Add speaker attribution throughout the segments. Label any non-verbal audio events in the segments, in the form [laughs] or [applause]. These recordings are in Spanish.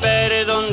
Speaker 1: perdón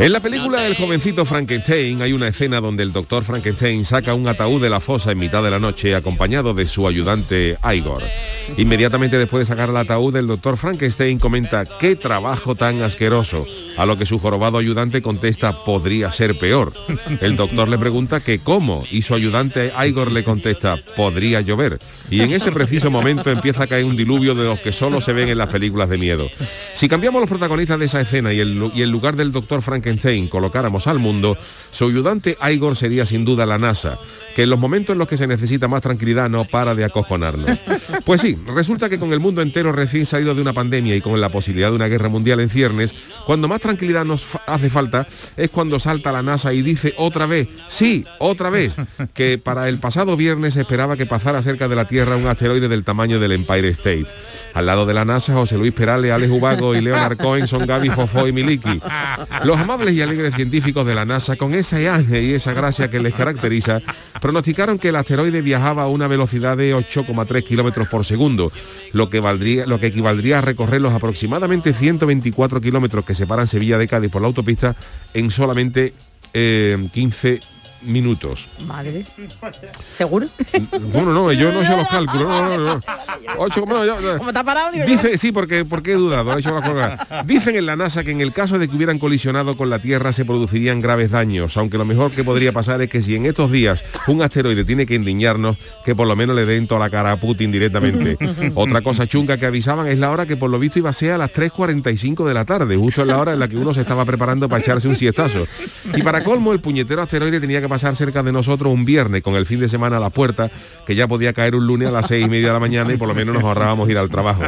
Speaker 2: En la película El jovencito Frankenstein hay una escena donde el doctor Frankenstein saca un ataúd de la fosa en mitad de la noche acompañado de su ayudante Igor. Inmediatamente después de sacar el ataúd, el doctor Frankenstein comenta qué trabajo tan asqueroso, a lo que su jorobado ayudante contesta podría ser peor. El doctor le pregunta que cómo y su ayudante Igor le contesta podría llover. Y en ese preciso momento empieza a caer un diluvio de los que solo se ven en las películas de miedo. Si cambiamos los protagonistas de esa escena y el, y el lugar del doctor Frankenstein colocáramos al mundo, su ayudante Igor sería sin duda la NASA, que en los momentos en los que se necesita más tranquilidad no para de acojonarnos. Pues sí, resulta que con el mundo entero recién salido de una pandemia y con la posibilidad de una guerra mundial en ciernes, cuando más tranquilidad nos fa hace falta es cuando salta la NASA y dice otra vez, sí, otra vez, que para el pasado viernes esperaba que pasara cerca de la Tierra un asteroide del tamaño del Empire State. Al lado de la NASA, José Luis Perales, Alex Ubago y Leonard Cohen son Gaby Fofó y Miliki. Los amables y alegres científicos de la NASA, con ese ángel y esa gracia que les caracteriza, pronosticaron que el asteroide viajaba a una velocidad de 8,3 kilómetros por segundo, lo que, valdría, lo que equivaldría a recorrer los aproximadamente 124 kilómetros que separan Sevilla de Cádiz por la autopista en solamente eh, 15 minutos.
Speaker 3: Madre. ¿Seguro? [laughs]
Speaker 2: Bueno, no, yo no he hecho los cálculos. No, no, no. Ocho, bueno, yo-
Speaker 3: Como está parado, digo yo.
Speaker 2: Dice, sí, porque, porque he dudado, he hecho las cosas. Dicen en la NASA que en el caso de que hubieran colisionado con la Tierra se producirían graves daños, aunque lo mejor que podría pasar es que si en estos días un asteroide tiene que indignarnos, que por lo menos le den toda la cara a Putin directamente. Otra cosa chunga que avisaban es la hora que por lo visto iba a ser a las 3.45 de la tarde, justo en la hora en la que uno se estaba preparando para echarse un siestazo. Y para colmo, el puñetero asteroide tenía que pasar cerca de nosotros un viernes, con el fin de semana a la puerta, que ya podía caer un lunes a las seis y media de la mañana y por lo menos nos ahorrábamos ir al trabajo.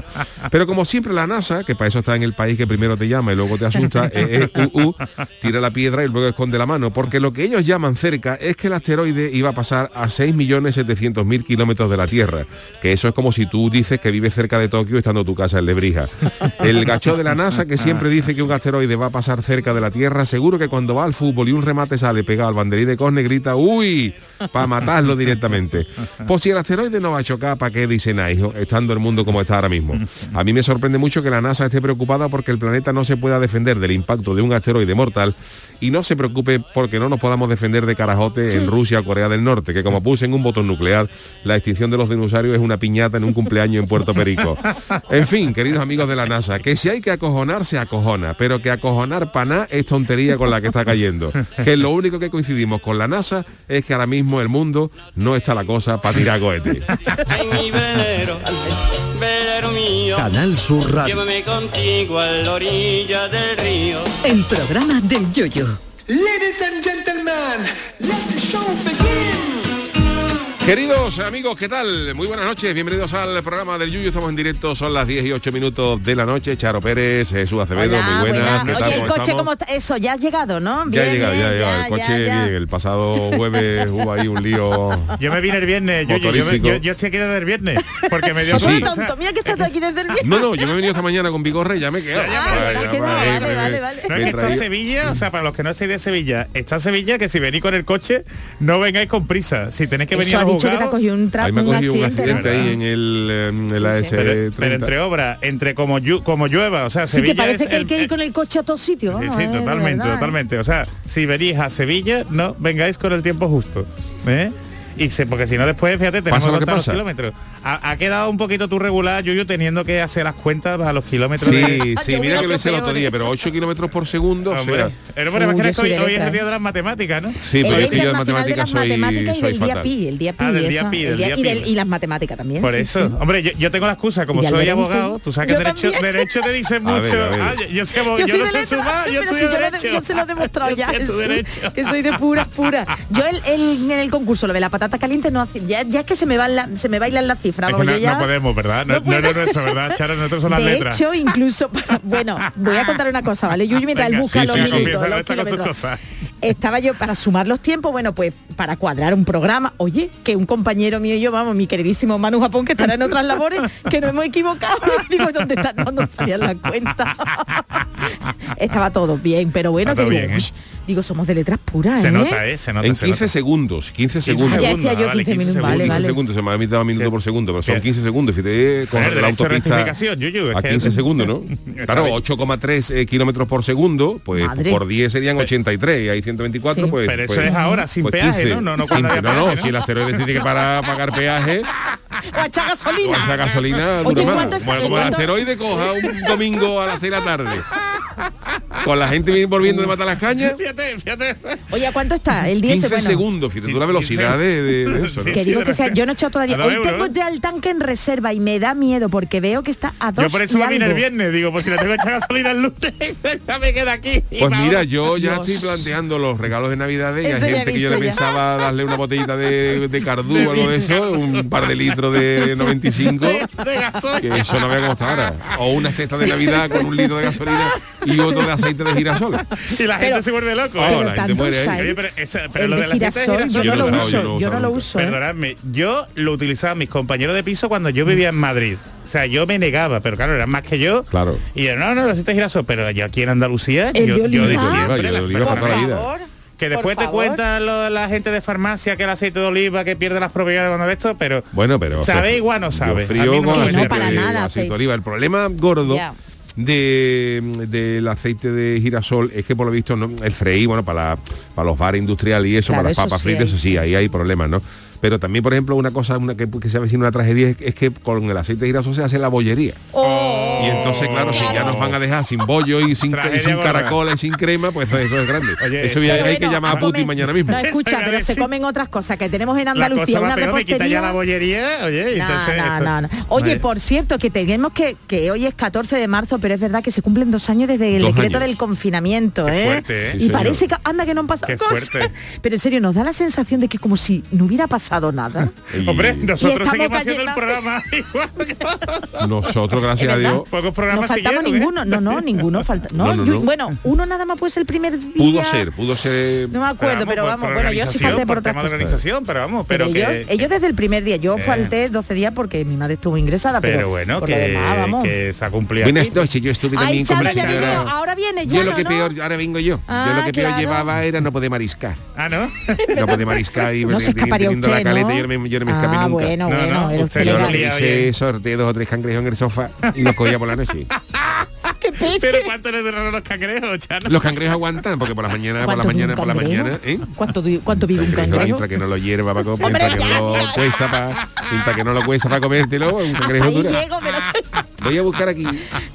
Speaker 2: Pero como siempre la NASA, que para eso está en el país que primero te llama y luego te asusta, eh, eh, uh, uh, tira la piedra y luego esconde la mano, porque lo que ellos llaman cerca es que el asteroide iba a pasar a 6.700.000 kilómetros de la Tierra, que eso es como si tú dices que vives cerca de Tokio estando tu casa en Lebrija. El gacho de la NASA, que siempre dice que un asteroide va a pasar cerca de la Tierra, seguro que cuando va al fútbol y un remate sale pegado al banderín de Cosne, grita, uy, para matarlo directamente. Pues si el asteroide no va a chocar, ¿para qué dice nada, hijo? Estando el mundo como está ahora mismo. A mí me sorprende mucho que la NASA esté preocupada porque el planeta no se pueda defender del impacto de un asteroide mortal y no se preocupe porque no nos podamos defender de carajote en Rusia o Corea del Norte, que como puse en un botón nuclear, la extinción de los dinosaurios es una piñata en un cumpleaños en Puerto Perico. En fin, queridos amigos de la NASA, que si hay que acojonar, se acojona, pero que acojonar para nada es tontería con la que está cayendo. Que lo único que coincidimos con la NASA es que ahora mismo el mundo no está la cosa para tirar cohetes.
Speaker 1: Ay, mi velero, velero mío,
Speaker 4: Canal Sur Radio.
Speaker 1: llévame contigo a la orilla del río.
Speaker 5: El programa del Yoyo.
Speaker 6: Ladies and gentlemen, let the show begin.
Speaker 2: Queridos amigos, ¿qué tal? Muy buenas noches, bienvenidos al programa del Yuyu, estamos en directo, son las 10 y 8 minutos de la noche, Charo Pérez, Jesús Acevedo,
Speaker 3: Hola,
Speaker 2: muy buenas,
Speaker 3: buenas.
Speaker 2: ¿qué tal?
Speaker 3: Oye, el
Speaker 2: ¿Cómo
Speaker 3: coche
Speaker 2: estamos?
Speaker 3: cómo está? Eso, ya has llegado, ¿no?
Speaker 2: Ya he llegado, ya he
Speaker 3: bien,
Speaker 2: llegado. El
Speaker 3: ya,
Speaker 2: coche,
Speaker 3: ya, ya.
Speaker 2: bien. El pasado
Speaker 3: [laughs]
Speaker 2: jueves hubo ahí un lío.
Speaker 7: Yo me vine el viernes, yo, yo, yo, me-
Speaker 2: Motorístico.
Speaker 7: yo, yo estoy aquí desde el viernes, porque me dio
Speaker 3: Pero
Speaker 2: Sí.
Speaker 7: cosa,
Speaker 3: bueno, tonto, mira que estás aquí desde el viernes.
Speaker 2: No, no, yo me he venido esta mañana con Vigorre y ya me he quedado.
Speaker 3: Ah,
Speaker 2: Vaya,
Speaker 3: ¿verdad que no?
Speaker 2: vaya,
Speaker 3: Vale,
Speaker 2: me-
Speaker 3: vale, vale.
Speaker 7: No
Speaker 2: me
Speaker 7: es que
Speaker 2: he
Speaker 7: está
Speaker 2: traído-
Speaker 7: Sevilla, o sea, para los que no estáis de Sevilla, está Sevilla que si venís con el coche, no vengáis con prisa. Si tenéis que venir
Speaker 3: Eso
Speaker 7: a
Speaker 3: ha dicho que te ha
Speaker 7: jugar.
Speaker 3: cogido un, tra-
Speaker 2: Ahí me ha
Speaker 3: un
Speaker 2: cogido un
Speaker 3: accidente. ¿no?
Speaker 2: accidente ahí en el, eh, en el
Speaker 3: Sí, sí.
Speaker 7: Pero, pero
Speaker 2: AS30.
Speaker 7: entre obras, entre como, llu- como llueva, o sea,
Speaker 3: Sí, que
Speaker 7: Sevilla
Speaker 3: parece
Speaker 7: es
Speaker 3: que hay
Speaker 7: el- eh,
Speaker 3: que ir con el coche a todos sitios.
Speaker 7: Sí,
Speaker 3: vamos,
Speaker 7: sí,
Speaker 3: eh, de
Speaker 7: totalmente,
Speaker 3: verdad, ¿eh?
Speaker 7: totalmente. O sea, si venís a Sevilla, no vengáis con el tiempo justo. ¿eh? Y se, porque si no después, fíjate, tenemos
Speaker 2: Pasa lo que
Speaker 7: contados
Speaker 2: pasa.
Speaker 7: kilómetros. ha, ha quedado un poquito tú regular, Yuyu, teniendo que hacer las cuentas a los kilómetros.
Speaker 2: Sí,
Speaker 7: de-
Speaker 2: sí, mira
Speaker 3: Yo hubiera
Speaker 2: que lo
Speaker 3: hecho
Speaker 2: hice el otro
Speaker 3: peor.
Speaker 2: día, pero 8 kilómetros por segundo, o
Speaker 7: Ah, Hombre,
Speaker 2: sea,
Speaker 7: pero bueno, es que
Speaker 3: Uy, yo soy de
Speaker 7: hoy, hoy es el
Speaker 3: letras.
Speaker 7: día de las matemáticas, ¿no?
Speaker 2: sí,
Speaker 3: el
Speaker 2: pero es que yo
Speaker 3: Día
Speaker 2: en
Speaker 3: Internacional de
Speaker 2: matemáticas
Speaker 3: las
Speaker 2: soy,
Speaker 3: Matemáticas y
Speaker 2: soy
Speaker 3: del día
Speaker 2: fatal.
Speaker 3: pi, el día pi,
Speaker 7: Ah, del día
Speaker 3: eso,
Speaker 7: pi, del
Speaker 3: el día-
Speaker 7: día
Speaker 3: y, del-
Speaker 7: pi.
Speaker 3: y las matemáticas también.
Speaker 7: Por
Speaker 3: sí,
Speaker 7: eso,
Speaker 3: sí.
Speaker 7: hombre, yo, yo tengo la excusa, como
Speaker 3: Ya lo
Speaker 7: soy
Speaker 3: veremos
Speaker 7: abogado,
Speaker 3: tú.
Speaker 7: tú sabes que
Speaker 3: Yo
Speaker 7: derecho,
Speaker 3: también.
Speaker 7: derecho
Speaker 3: [laughs]
Speaker 7: te dicen
Speaker 2: A
Speaker 7: mucho.
Speaker 2: ver, a ver.
Speaker 7: Ah, yo, yo sé,
Speaker 3: Yo,
Speaker 7: yo
Speaker 3: soy
Speaker 7: no
Speaker 3: de
Speaker 7: sé
Speaker 3: letras,
Speaker 7: sumar, yo
Speaker 3: pero
Speaker 7: estoy
Speaker 3: si
Speaker 7: de
Speaker 3: yo, lo
Speaker 7: derecho.
Speaker 3: de- yo se lo he demostrado
Speaker 7: [laughs] Yo
Speaker 3: ya,
Speaker 7: sé tu
Speaker 3: Jesús,
Speaker 7: derecho.
Speaker 3: que soy de
Speaker 7: [laughs]
Speaker 3: puras, puras. Yo el, el- en el concurso, lo de la patata caliente, no hace, ya, ya es que se me, van la- se me bailan las cifras.
Speaker 7: Es que
Speaker 3: vamos,
Speaker 7: no,
Speaker 3: yo ya-
Speaker 7: no podemos, ¿verdad? No,
Speaker 3: No
Speaker 7: no,
Speaker 3: puedo.
Speaker 7: no es nuestro, ¿verdad, Charo? Nosotros son las
Speaker 3: de
Speaker 7: letras.
Speaker 3: hecho, incluso, para- bueno, voy a contar una cosa, ¿vale? Yuyu mientras él
Speaker 7: Venga,
Speaker 3: busca
Speaker 7: sí,
Speaker 3: los
Speaker 7: sí,
Speaker 3: minutos,
Speaker 7: confiesa,
Speaker 3: los
Speaker 7: está con sus
Speaker 3: kilómetros.
Speaker 7: cosas.
Speaker 3: Estaba yo para sumar los tiempos, bueno, pues para cuadrar un programa. Oye, que un compañero mío y yo, vamos, mi queridísimo Manu Japón, que estará en otras labores, que nos hemos equivocado. [laughs] Digo, ¿dónde están? No, no salían las cuentas. [laughs] Estaba todo bien, pero bueno,
Speaker 7: Está
Speaker 3: que
Speaker 7: todo
Speaker 3: digo,
Speaker 7: bien, ¿eh?
Speaker 3: "Uy", digo, somos de letras puras,
Speaker 7: Se
Speaker 3: ¿eh?".
Speaker 7: nota, ¿eh? Se nota.
Speaker 2: En
Speaker 7: se
Speaker 2: 15
Speaker 7: nota.
Speaker 2: segundos, 15
Speaker 3: Ah,
Speaker 2: segundos.
Speaker 3: ya decía yo
Speaker 7: Ah, vale,
Speaker 3: 15 minutos,
Speaker 7: 15
Speaker 3: vale,
Speaker 2: 15
Speaker 3: vale.
Speaker 2: segundos, se me ha mitad minuto por segundo, pero son
Speaker 7: Bien.
Speaker 2: 15 segundos, fíjate, eh, con
Speaker 7: Joder,
Speaker 2: la
Speaker 7: derecho a
Speaker 2: autopista
Speaker 7: rectificación, Yuyu, es
Speaker 2: a
Speaker 7: que-
Speaker 2: 15 segundos,
Speaker 7: [laughs]
Speaker 2: ¿no? Claro, 8,3 eh, kilómetros por segundo, pues
Speaker 3: Madre.
Speaker 2: por 10 serían 83, y hay 124,
Speaker 3: Sí.
Speaker 2: pues...
Speaker 7: Pero eso
Speaker 2: pues-
Speaker 7: es ahora, sin
Speaker 2: pues
Speaker 7: peaje, ¿no? No, no, cuando
Speaker 2: Sin-
Speaker 7: haya
Speaker 2: no, no,
Speaker 7: peaje, ¿no?
Speaker 2: si el asteroide tiene
Speaker 7: [laughs]
Speaker 2: que para pagar peaje,
Speaker 3: O a echar
Speaker 2: o
Speaker 3: gasolina.
Speaker 2: esa gasolina
Speaker 3: Oye,
Speaker 2: dura más.
Speaker 3: ¿cuánto está-
Speaker 7: pues
Speaker 2: Bueno, como el
Speaker 3: cuánto-
Speaker 2: asteroide coja un domingo a las 6 de la tarde. Con la gente viene volviendo de matar las cañas.
Speaker 7: [laughs] Fíjate, fíjate.
Speaker 3: Oye, ¿a cuánto está? El 10
Speaker 2: 15
Speaker 3: bueno.
Speaker 2: segundos, fíjate tú la velocidad de, de- de eso, ¿no?
Speaker 3: Que digo que sea, yo no he echado todavía.
Speaker 7: A dos
Speaker 3: Hoy
Speaker 7: euros,
Speaker 3: tengo
Speaker 7: ¿eh?
Speaker 3: ya el tanque en reserva y me da miedo porque veo que está a dos.
Speaker 7: Yo por eso
Speaker 3: y
Speaker 7: me vine el
Speaker 3: algo.
Speaker 7: viernes, digo, pues si la tengo hecha gasolina el lunes, ya me queda aquí.
Speaker 2: Pues mira, yo ya
Speaker 3: Dios.
Speaker 2: estoy planteando los regalos de Navidad y hay
Speaker 3: Eso ya he
Speaker 2: gente que yo le
Speaker 3: visto ya.
Speaker 2: pensaba darle una botellita de, de
Speaker 3: [laughs]
Speaker 2: cardú o algo de eso, un par de litros de 95,
Speaker 7: de gasoil.
Speaker 2: que eso no me cómo está ahora. O una cesta de Navidad con un litro de gasolina y otro de aceite de girasol.
Speaker 7: Y la gente se vuelve loco.
Speaker 2: Pero
Speaker 7: ¿eh?
Speaker 2: la gente
Speaker 3: tanto
Speaker 2: muere, ¿eh?
Speaker 3: usáis
Speaker 7: Oye, pero esa- pero
Speaker 3: el
Speaker 7: lo
Speaker 3: de
Speaker 7: de la gente de
Speaker 3: girasol, yo,
Speaker 7: girasol,
Speaker 2: yo
Speaker 3: no
Speaker 2: no
Speaker 3: lo
Speaker 2: lo usaba, yo no lo
Speaker 3: uso, yo no
Speaker 2: usaba
Speaker 3: lo
Speaker 2: nunca.
Speaker 3: uso. ¿eh?
Speaker 7: Perdonadme, yo lo utilizaban mis compañeros de piso cuando yo vivía en Madrid. O sea, yo me negaba, pero claro, eran más que yo.
Speaker 2: Claro.
Speaker 7: Y yo, no, no, las citas girasol, pero yo aquí en Andalucía,
Speaker 3: El
Speaker 7: yo,
Speaker 3: de
Speaker 7: yo de
Speaker 3: oliva.
Speaker 2: Yo
Speaker 7: siempre.
Speaker 2: de
Speaker 7: las
Speaker 2: oliva para
Speaker 7: personas-
Speaker 2: toda la vida.
Speaker 7: Que
Speaker 3: por
Speaker 7: después te
Speaker 3: favor.
Speaker 7: cuentan lo de la gente de farmacia que el aceite de oliva que pierde las propiedades cuando de esto, pero
Speaker 2: Bueno, pero...
Speaker 7: sabe
Speaker 2: yo-
Speaker 7: igual no sabe.
Speaker 2: yo
Speaker 7: A
Speaker 2: frío
Speaker 7: mí no
Speaker 2: con
Speaker 7: me
Speaker 3: Que no,
Speaker 2: aceite
Speaker 7: sirve.
Speaker 3: para
Speaker 2: de-
Speaker 3: nada,
Speaker 2: aceite de
Speaker 3: sí.
Speaker 2: oliva. El problema gordo...
Speaker 3: Ya.
Speaker 2: De, del aceite de girasol es que por lo visto no- el freí bueno para la- para los bares industriales y eso
Speaker 3: Claro,
Speaker 2: para las
Speaker 3: eso
Speaker 2: papas
Speaker 3: sí,
Speaker 2: fritas
Speaker 3: ahí
Speaker 2: eso sí ahí hay problemas no pero también por ejemplo una cosa una que, que se avecina una tragedia es, es que con el aceite de girasol se hace la bollería
Speaker 3: Oh,
Speaker 2: y entonces claro, si ya nos van a dejar sin bollo y sin,
Speaker 7: Tragedia
Speaker 2: y sin
Speaker 7: gorda.
Speaker 2: caracoles y sin crema pues eso, eso es grande
Speaker 7: Oye, eh,
Speaker 2: eso ya
Speaker 3: pero
Speaker 2: hay que
Speaker 3: bueno,
Speaker 2: llamar a Putin
Speaker 3: comen-
Speaker 2: mañana mismo
Speaker 3: No, escucha,
Speaker 7: Eso iba a
Speaker 3: pero se
Speaker 7: decir.
Speaker 3: comen otras cosas que tenemos en
Speaker 7: La
Speaker 3: Andalucía,
Speaker 7: cosa va
Speaker 3: una
Speaker 7: peor, me quita ya
Speaker 3: repostería.
Speaker 7: la bollería, oye,
Speaker 3: No,
Speaker 7: entonces...
Speaker 3: no,
Speaker 7: esto-
Speaker 3: no, no. Oye,
Speaker 7: Vale.
Speaker 3: por cierto, que tenemos que, que hoy es 14 de marzo, pero es verdad que se cumplen dos años desde el
Speaker 2: Dos
Speaker 3: decreto
Speaker 2: años.
Speaker 3: del confinamiento,
Speaker 7: Qué
Speaker 3: ¿eh?
Speaker 7: fuerte, ¿eh?
Speaker 2: Sí,
Speaker 3: Y
Speaker 2: señor.
Speaker 3: parece que anda que no han pasado
Speaker 7: Qué
Speaker 3: cosas.
Speaker 7: fuerte.
Speaker 3: [laughs] Pero en serio, nos da la sensación de que como si no hubiera pasado nada.
Speaker 2: Y
Speaker 7: [laughs] Hombre, nosotros
Speaker 3: estamos
Speaker 7: seguimos haciendo el
Speaker 3: cayendo-
Speaker 7: programa [laughs] igual que-
Speaker 2: nosotros gracias
Speaker 3: Es
Speaker 2: a
Speaker 3: verdad.
Speaker 2: Dios
Speaker 7: [laughs] Pocos
Speaker 3: No
Speaker 7: programas
Speaker 3: faltamos
Speaker 7: siguieron, ¿eh?
Speaker 3: ninguno, no, no, ninguno falta.
Speaker 7: [laughs]
Speaker 3: No,
Speaker 2: No, no,
Speaker 3: yo-
Speaker 2: no.
Speaker 3: bueno, uno nada más puede ser el primer día.
Speaker 2: pudo ser pudo ser
Speaker 3: No me acuerdo, pero
Speaker 7: por-
Speaker 3: vamos,
Speaker 7: por
Speaker 3: bueno, yo sí
Speaker 7: organización,
Speaker 3: falté por otras
Speaker 7: tema de
Speaker 3: cosas.
Speaker 7: organización, pero vamos, pero,
Speaker 3: Pero
Speaker 7: que...
Speaker 3: ellos, ellos desde el primer día, yo
Speaker 7: Eh.
Speaker 3: falté 12 días porque mi madre estuvo ingresada, pero,
Speaker 7: pero bueno,
Speaker 3: por lo
Speaker 7: que,
Speaker 3: demás, vamos.
Speaker 7: que se ha cumplido
Speaker 2: buenas
Speaker 7: aquí.
Speaker 2: noches yo estuve también
Speaker 3: Ay, Charo, ya
Speaker 2: conversando-
Speaker 3: viene, ahora viene, ya
Speaker 2: yo lo
Speaker 3: no,
Speaker 2: que
Speaker 3: ¿no?
Speaker 2: peor, ahora vengo yo. yo lo
Speaker 3: Ah,
Speaker 2: que peor
Speaker 3: claro.
Speaker 2: llevaba era no poder
Speaker 3: [laughs]
Speaker 2: mariscar.
Speaker 7: Ah, ¿no. [laughs]
Speaker 2: No poder mariscar y
Speaker 3: No se escaparía
Speaker 2: teniendo la
Speaker 3: usted, ¿no?
Speaker 2: caleta, yo no me, yo no me escapé nunca.
Speaker 3: ah, bueno,
Speaker 7: No,
Speaker 3: bueno,
Speaker 7: no,
Speaker 3: era
Speaker 7: usted
Speaker 3: usted
Speaker 2: Yo
Speaker 7: no
Speaker 2: lo
Speaker 7: legal.
Speaker 2: que hice sorteé dos o tres cangrejos en el sofá y los cogía por la noche.
Speaker 7: pero ¿cuánto le duraron los cangrejos, Chano?
Speaker 2: Los cangrejos aguantan, porque por la mañana, por la mañana, por la mañana, ¿eh?
Speaker 3: ¿Cuánto, du- cuánto vive un
Speaker 2: Cangrejo,
Speaker 3: cangrejo?
Speaker 2: mientras que no lo hierva para comer,
Speaker 3: Hombre,
Speaker 2: mientras que
Speaker 3: ya,
Speaker 2: no lo
Speaker 3: ya.
Speaker 2: cueza para, mientras que no lo cueza para comértelo, un
Speaker 3: Hasta
Speaker 2: cangrejo
Speaker 3: ahí
Speaker 2: dura.
Speaker 3: llego, pero...
Speaker 2: Voy a buscar aquí.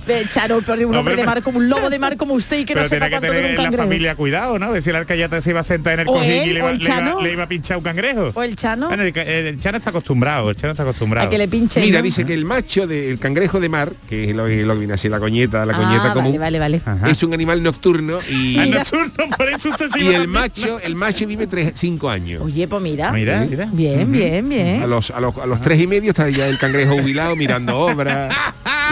Speaker 3: Ve, Charo, pero de un
Speaker 7: Hombre,
Speaker 3: hombre de
Speaker 7: pero-
Speaker 3: mar como un lobo de mar como usted y que
Speaker 7: Pero
Speaker 3: no sepa
Speaker 7: tiene que
Speaker 3: cuánto dura
Speaker 7: tener
Speaker 3: un
Speaker 7: la
Speaker 3: cangrejo.
Speaker 7: familia cuidado, ¿no? Decir al callata se iba a sentar en el
Speaker 3: O
Speaker 7: cojín
Speaker 3: él,
Speaker 7: y le iba,
Speaker 3: o el
Speaker 7: le iba-
Speaker 3: Chano.
Speaker 7: le iba a pinchar un cangrejo.
Speaker 3: O el Chano,
Speaker 7: Bueno, el, ca- el Chano está acostumbrado, el Chano está acostumbrado.
Speaker 3: a que le pinche.
Speaker 2: Mira,
Speaker 3: ¿no?
Speaker 2: dice que el macho del cangrejo de mar, que es lo, lo que viene así la coñeta, la coñeta
Speaker 3: ah,
Speaker 2: común,
Speaker 3: Vale, vale, vale.
Speaker 7: Ajá. Ah,
Speaker 2: es un animal nocturno
Speaker 7: [laughs]
Speaker 2: y,
Speaker 7: Al
Speaker 3: Mira.
Speaker 7: nocturno, por eso usted se
Speaker 2: y
Speaker 7: iba
Speaker 2: el
Speaker 7: también.
Speaker 2: macho, el macho vive 5 años.
Speaker 3: Oye, pues mira.
Speaker 7: Mira, mira.
Speaker 3: Bien, bien,
Speaker 2: A
Speaker 3: bien.
Speaker 2: los, a, los, a los tres y medio está ya el cangrejo jubilado mirando obras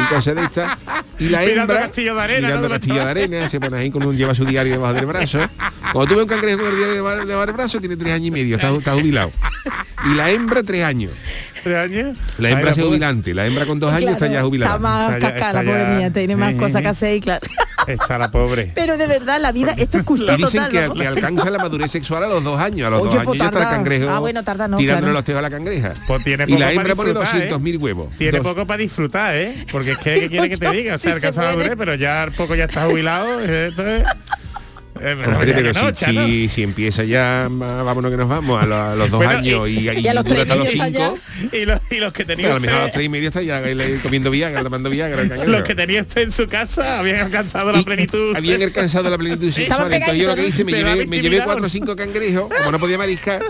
Speaker 2: y cosas de estas. Y la
Speaker 7: Mirando
Speaker 2: hembra
Speaker 7: Castillo de Arena,
Speaker 2: mirando
Speaker 7: ¿no?
Speaker 2: Castillo de Arena, se pone ahí con un lleva su diario debajo del brazo. Cuando tú ves un cangrejo con el diario debajo debajo del brazo, tiene tres años y medio, está, está jubilado. Y la hembra tres años.
Speaker 7: [laughs] ¿Tres años?
Speaker 2: La
Speaker 7: Ay,
Speaker 2: hembra es
Speaker 7: pobre-
Speaker 2: jubilante, la hembra con dos años está
Speaker 3: Claro,
Speaker 2: ya jubilada.
Speaker 3: Está más
Speaker 7: Está ya-
Speaker 3: cascada,
Speaker 7: está ya-
Speaker 3: pobre mía, tiene más
Speaker 7: Sí,
Speaker 3: cosas
Speaker 7: sí.
Speaker 3: que hacer y claro.
Speaker 7: Está la pobre.
Speaker 3: Pero de verdad, la vida, esto es
Speaker 2: Y
Speaker 3: custodia
Speaker 2: dicen
Speaker 3: total.
Speaker 2: que,
Speaker 3: vamos.
Speaker 2: que alcanza la madurez sexual a los dos años. A los
Speaker 3: Oye,
Speaker 2: dos años
Speaker 3: pues
Speaker 2: ya está el
Speaker 3: tarda.
Speaker 2: cangrejo
Speaker 3: Ah, bueno, tarda no,
Speaker 2: tirándole
Speaker 3: claro.
Speaker 2: los tejos a la cangreja.
Speaker 7: Pues tiene
Speaker 2: y
Speaker 7: poco
Speaker 2: la
Speaker 7: para
Speaker 2: hembra pone
Speaker 7: disfrutar, ¿eh?
Speaker 2: 200.000 huevos.
Speaker 7: Tiene
Speaker 2: Dos-
Speaker 7: poco para disfrutar, ¿eh? Porque es que, ¿qué quiere que te diga? O sea,
Speaker 3: Sí, se
Speaker 7: alcanza la
Speaker 3: puede.
Speaker 7: [laughs] madurez, pero ya al poco ya está jubilado. esto es- Eh,
Speaker 2: Hombre,
Speaker 7: no, ya
Speaker 2: pero
Speaker 7: que no,
Speaker 2: si,
Speaker 7: Chano.
Speaker 2: si- si empieza ya, ma- vámonos que nos vamos a, la- a los dos
Speaker 7: Bueno,
Speaker 2: años y,
Speaker 7: y-
Speaker 2: y
Speaker 3: y a los
Speaker 2: dura
Speaker 3: tres
Speaker 2: hasta los
Speaker 3: empieza ya.
Speaker 2: cinco.
Speaker 7: Y los, y los que
Speaker 2: Pero a
Speaker 7: tenían
Speaker 2: lo mejor a las
Speaker 7: usted-
Speaker 2: tres y media está ya eh, comiendo Viagra, tomando Viagra. el
Speaker 7: los
Speaker 2: cañero.
Speaker 7: que tenía usted en su casa habían alcanzado la
Speaker 2: Y
Speaker 7: plenitud.
Speaker 2: Habían alcanzado la plenitud sexual.
Speaker 3: Estaban
Speaker 2: Entonces yo lo que
Speaker 3: pegaditos,
Speaker 2: hice, me
Speaker 7: ¿no? Pero
Speaker 2: llevé,
Speaker 7: la
Speaker 2: me llevé cuatro o
Speaker 7: intimidaron.
Speaker 2: cinco cangrejos, como no podía mariscar,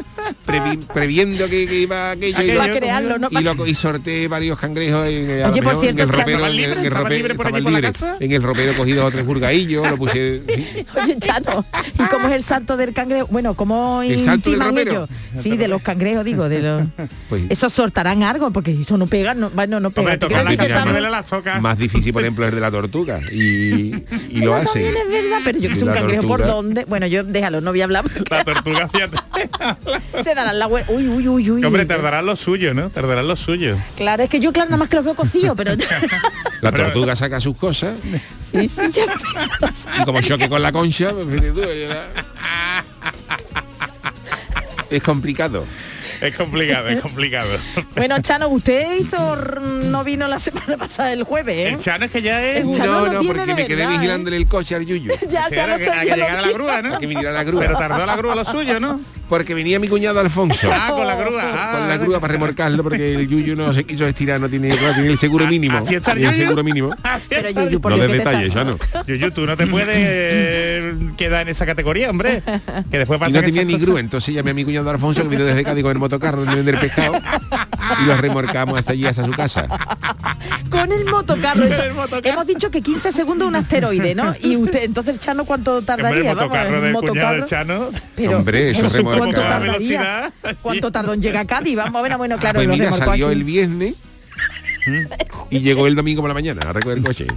Speaker 2: previ- previendo que, que iba aquello. y
Speaker 7: Aquello,
Speaker 2: lo-
Speaker 3: Para crearlo, ¿no?
Speaker 2: y, lo, y sorteé varios cangrejos en, eh, a lo
Speaker 3: Oye, por
Speaker 2: mejor,
Speaker 3: cierto,
Speaker 2: en el
Speaker 3: Chato,
Speaker 2: ropero, en
Speaker 7: ¿estaban
Speaker 2: el-
Speaker 7: libres?
Speaker 2: en el
Speaker 7: ¿Estaban
Speaker 2: ropero-
Speaker 7: libres por allí
Speaker 2: estaban
Speaker 7: por la
Speaker 2: libres.
Speaker 7: casa?
Speaker 2: En el ropero cogido dos o tres burgadillos, lo
Speaker 3: [laughs]
Speaker 2: puse. sí.
Speaker 3: Oye, Chano, ¿y cómo es el salto del cangrejo? Bueno, ¿cómo
Speaker 2: ¿El salto del
Speaker 3: intiman
Speaker 2: ropero?
Speaker 3: ellos? Sí, de los cangrejos, digo, de los...
Speaker 2: [laughs] Pues-
Speaker 3: Esos sortarán algo, porque eso no pega, no, bueno, no pega.
Speaker 7: Hombre,
Speaker 3: Te
Speaker 7: tocar
Speaker 3: quiero
Speaker 7: la
Speaker 3: decir que
Speaker 7: caña,
Speaker 3: estamos-
Speaker 7: Manuela, las toca.
Speaker 2: Más difícil, por ejemplo, es de la tortuga. Y, y lo
Speaker 3: Bueno,
Speaker 2: hace.
Speaker 3: también es verdad, pero yo que
Speaker 2: Y
Speaker 3: soy un
Speaker 2: la
Speaker 3: cangrejo, ¿por
Speaker 2: tortuga-
Speaker 3: dónde? Bueno, yo, déjalo, no voy a
Speaker 2: [laughs]
Speaker 3: hablar, porque
Speaker 7: La tortuga fíjate.
Speaker 3: [laughs] se darán la vuelta. Uy, uy, uy, uy.
Speaker 7: Hombre, tardarán lo suyo, ¿no? Tardarán lo suyo.
Speaker 3: Claro, es que yo, claro, nada más que los veo cocidos,
Speaker 2: [laughs]
Speaker 3: pero...
Speaker 2: La tortuga saca sus cosas
Speaker 3: sí, sí, ya-
Speaker 2: y como choque con la concha, en fin, tú, era- es complicado.
Speaker 7: Es complicado, es complicado.
Speaker 3: Bueno, Chano, usted hizo... No vino la semana pasada, el jueves,
Speaker 7: El
Speaker 3: ¿eh?
Speaker 7: chano es que ya es...
Speaker 3: El
Speaker 7: un-
Speaker 3: Chano lo
Speaker 2: No, no,
Speaker 3: tiene
Speaker 2: porque
Speaker 3: de
Speaker 2: me quedé
Speaker 3: verdad, ¿eh?
Speaker 2: vigilándole el coche al Yuyu.
Speaker 3: Ya,
Speaker 7: Sí,
Speaker 3: ya
Speaker 7: ahora
Speaker 3: lo
Speaker 7: que-
Speaker 3: sé,
Speaker 7: a que
Speaker 3: yo lo
Speaker 7: llegara la
Speaker 3: digo.
Speaker 7: grúa, ¿no?
Speaker 2: Que viniera la grúa.
Speaker 7: Pero tardó la grúa lo suyo, ¿no?
Speaker 2: Porque venía mi cuñado Alfonso.
Speaker 7: Ah, con la grúa. ah,
Speaker 2: Con la
Speaker 7: ahora-
Speaker 2: grúa para remorcarlo porque el Yuyu no se quiso estirar, no tiene, no tiene el
Speaker 3: Ah,
Speaker 2: seguro mínimo.
Speaker 7: Así está el
Speaker 2: Tiene
Speaker 7: Yuyu.
Speaker 2: seguro mínimo.
Speaker 7: Así
Speaker 3: Pero,
Speaker 7: está.
Speaker 3: Yuyu, ¿por
Speaker 2: No
Speaker 3: qué
Speaker 2: des
Speaker 3: te estás-
Speaker 2: detalles, ya no.
Speaker 7: Yuyu, tú no te puedes eh,
Speaker 3: [laughs]
Speaker 7: quedar en esa categoría, hombre. Que después
Speaker 2: Y
Speaker 7: pasa
Speaker 2: no
Speaker 7: que
Speaker 2: tenía
Speaker 7: esas
Speaker 2: ni
Speaker 7: cosas-
Speaker 2: grúa, entonces llamé a mi cuñado Alfonso que vino desde Cádiz con el motocarro donde vender
Speaker 3: [laughs]
Speaker 2: pescado y los remorcamos hasta allí, hasta su casa.
Speaker 3: Con el motocarro, eso.
Speaker 7: Con el motocarro.
Speaker 3: Hemos dicho que 15 segundos un asteroide, ¿no? Y usted, entonces Chano, ¿cuánto
Speaker 7: Hombre, el
Speaker 3: tardaría? Vamos,
Speaker 7: motocarro
Speaker 3: el
Speaker 7: del cuñado del
Speaker 3: motocarro.
Speaker 7: Chano.
Speaker 3: Pero
Speaker 2: Hombre, eso
Speaker 3: Jesús,
Speaker 2: remolca.
Speaker 3: ¿cuánto
Speaker 2: Con la
Speaker 3: tardaría?
Speaker 7: velocidad.
Speaker 3: ¿Cuánto tardó en llegar a Cádiz? Vamos a ver, ah, bueno, claro,
Speaker 2: Pues
Speaker 3: lo
Speaker 2: mira,
Speaker 3: remolcó
Speaker 2: salió
Speaker 3: aquí.
Speaker 2: el
Speaker 3: [laughs]
Speaker 2: viernes y llegó el domingo por la mañana a recoger el coche.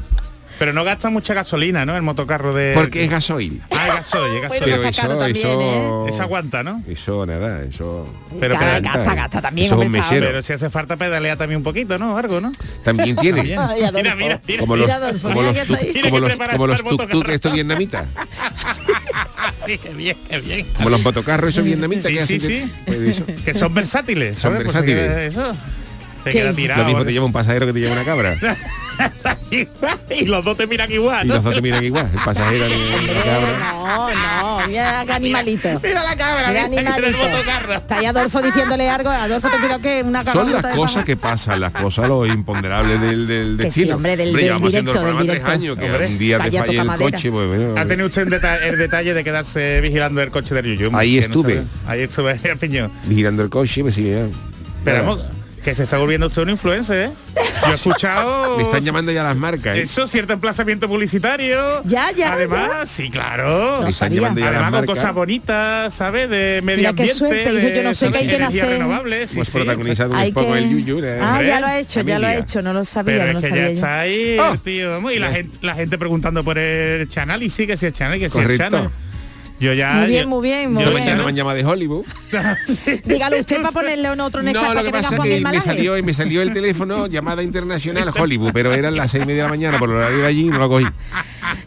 Speaker 7: Pero no gasta mucha gasolina, ¿no? El motocarro de...
Speaker 2: Porque es gasoil.
Speaker 7: Ah, es gasoil, es gasoil.
Speaker 3: Eh, Bueno,
Speaker 2: Pero
Speaker 3: está
Speaker 2: eso,
Speaker 3: caro también, eh.
Speaker 2: eso,
Speaker 7: Esa aguanta, ¿no?
Speaker 2: eso nada, eso.
Speaker 7: Pero
Speaker 3: Gasta,
Speaker 7: pero-
Speaker 3: gasta, gasta también,
Speaker 2: Eso es un
Speaker 3: hombre, está-
Speaker 2: mesero.
Speaker 7: Pero si hace falta pedalea también un poquito, ¿no? Algo, ¿no?
Speaker 2: También
Speaker 7: Bien.
Speaker 2: tiene.
Speaker 3: Ay, Adolfo.
Speaker 7: Mira, mira, mira.
Speaker 2: Como los,
Speaker 3: Mira, Adolfo,
Speaker 2: como
Speaker 3: mira
Speaker 2: los,
Speaker 3: que
Speaker 2: tuk-
Speaker 3: está ahí.
Speaker 7: Mira
Speaker 2: como
Speaker 7: que
Speaker 2: los,
Speaker 7: prepara
Speaker 2: como los
Speaker 7: estar
Speaker 2: tuk-tuk
Speaker 7: motocarro.
Speaker 2: estos vietnamitas,
Speaker 7: Sí, qué [laughs] bien, qué bien.
Speaker 2: como los motocarros esos vietnamitas
Speaker 7: Sí,
Speaker 2: que
Speaker 7: sí,
Speaker 2: hacen que-
Speaker 7: sí.
Speaker 2: pues eso.
Speaker 7: [laughs] Que son versátiles.
Speaker 2: Son
Speaker 7: ¿sabes? Pues
Speaker 2: versátiles.
Speaker 7: se queda eso. Se
Speaker 3: ¿Qué?
Speaker 7: queda
Speaker 2: Lo
Speaker 7: tirado.
Speaker 2: mismo te lleva un pasajero que te lleva una
Speaker 7: [laughs]
Speaker 2: cabra.
Speaker 7: y los dos te miran igual,
Speaker 2: Y
Speaker 7: ¿no?
Speaker 2: los dos te miran igual. El pasajero y la cabra.
Speaker 3: No, no, mira qué animalito.
Speaker 7: Mira la cabra,
Speaker 3: Mira,
Speaker 7: mira, [laughs] que tiene el
Speaker 3: animalito.
Speaker 7: motocarro.
Speaker 3: Está ahí Adolfo diciéndole algo. Adolfo, te pido que una
Speaker 2: Son
Speaker 3: cabalgata
Speaker 2: las
Speaker 3: de
Speaker 2: cosas
Speaker 3: paja.
Speaker 2: que pasan, las cosas, los imponderables del, del
Speaker 3: Que sí,
Speaker 2: destino.
Speaker 3: hombre, del- del
Speaker 2: llevamos haciendo el
Speaker 3: directo, del
Speaker 2: programa tres
Speaker 3: directo.
Speaker 2: años, que
Speaker 7: Hombre,
Speaker 2: un día te
Speaker 3: calla,
Speaker 2: falla
Speaker 3: toca
Speaker 2: el
Speaker 3: madera.
Speaker 2: coche, pues bueno,
Speaker 7: Ha tenido usted el, deta- el detalle de quedarse vigilando el coche del Yuyu.
Speaker 2: Ahí
Speaker 7: que no
Speaker 2: estuve.
Speaker 7: sabe- ahí estuve, [laughs] el piñón.
Speaker 2: vigilando el coche, pues, me sigue.
Speaker 7: Pero vamos, que se está volviendo usted un influencer, ¿eh? Yo
Speaker 2: [laughs]
Speaker 7: he escuchado...
Speaker 2: Me están llamando ya las marcas, ¿eh?
Speaker 7: Eso, cierto emplazamiento publicitario.
Speaker 3: Ya, ya,
Speaker 7: Además,
Speaker 3: ya.
Speaker 7: sí, claro.
Speaker 2: Me
Speaker 3: No
Speaker 2: están
Speaker 3: sabía.
Speaker 2: llamando ya las
Speaker 7: Además, con
Speaker 2: marcas.
Speaker 7: cosas bonitas, ¿sabes? De medio
Speaker 3: Mira qué
Speaker 7: ambiente.
Speaker 3: suerte,
Speaker 7: de,
Speaker 3: hijo, yo no sé qué hay que
Speaker 7: energías
Speaker 3: nacer.
Speaker 7: renovables, sí,
Speaker 2: Hemos
Speaker 7: sí.
Speaker 2: protagonizado un
Speaker 3: Hay
Speaker 2: poco
Speaker 3: que-
Speaker 2: el Yuyu. eh,
Speaker 3: Ah,
Speaker 2: hombre,
Speaker 3: ya lo ha hecho, ya lo ha
Speaker 2: familia.
Speaker 3: hecho, no lo sabía,
Speaker 7: Pero
Speaker 3: no lo
Speaker 7: es que ya
Speaker 3: sabía. yo.
Speaker 7: está ahí,
Speaker 2: Oh.
Speaker 7: tío. vamos, Y la gente, la gente preguntando por el canal y sí que si el canal, que si el
Speaker 2: Correcto.
Speaker 7: canal. Yo ya.
Speaker 3: Muy bien,
Speaker 7: yo-
Speaker 3: muy bien, muy
Speaker 2: Esta
Speaker 7: yo
Speaker 3: bueno.
Speaker 2: mañana
Speaker 7: mañana-
Speaker 2: me han llamado de Hollywood.
Speaker 3: Dígalo usted para ponerle un otro Nescafé
Speaker 2: No, lo
Speaker 3: para
Speaker 2: que
Speaker 3: que, venga
Speaker 2: pasa es
Speaker 3: Juan
Speaker 2: que
Speaker 3: el
Speaker 2: me
Speaker 3: Malaje.
Speaker 2: salió, me salió el
Speaker 3: [laughs]
Speaker 2: teléfono, llamada internacional Hollywood, pero eran las seis y media de la mañana por el horario de allí y no lo cogí.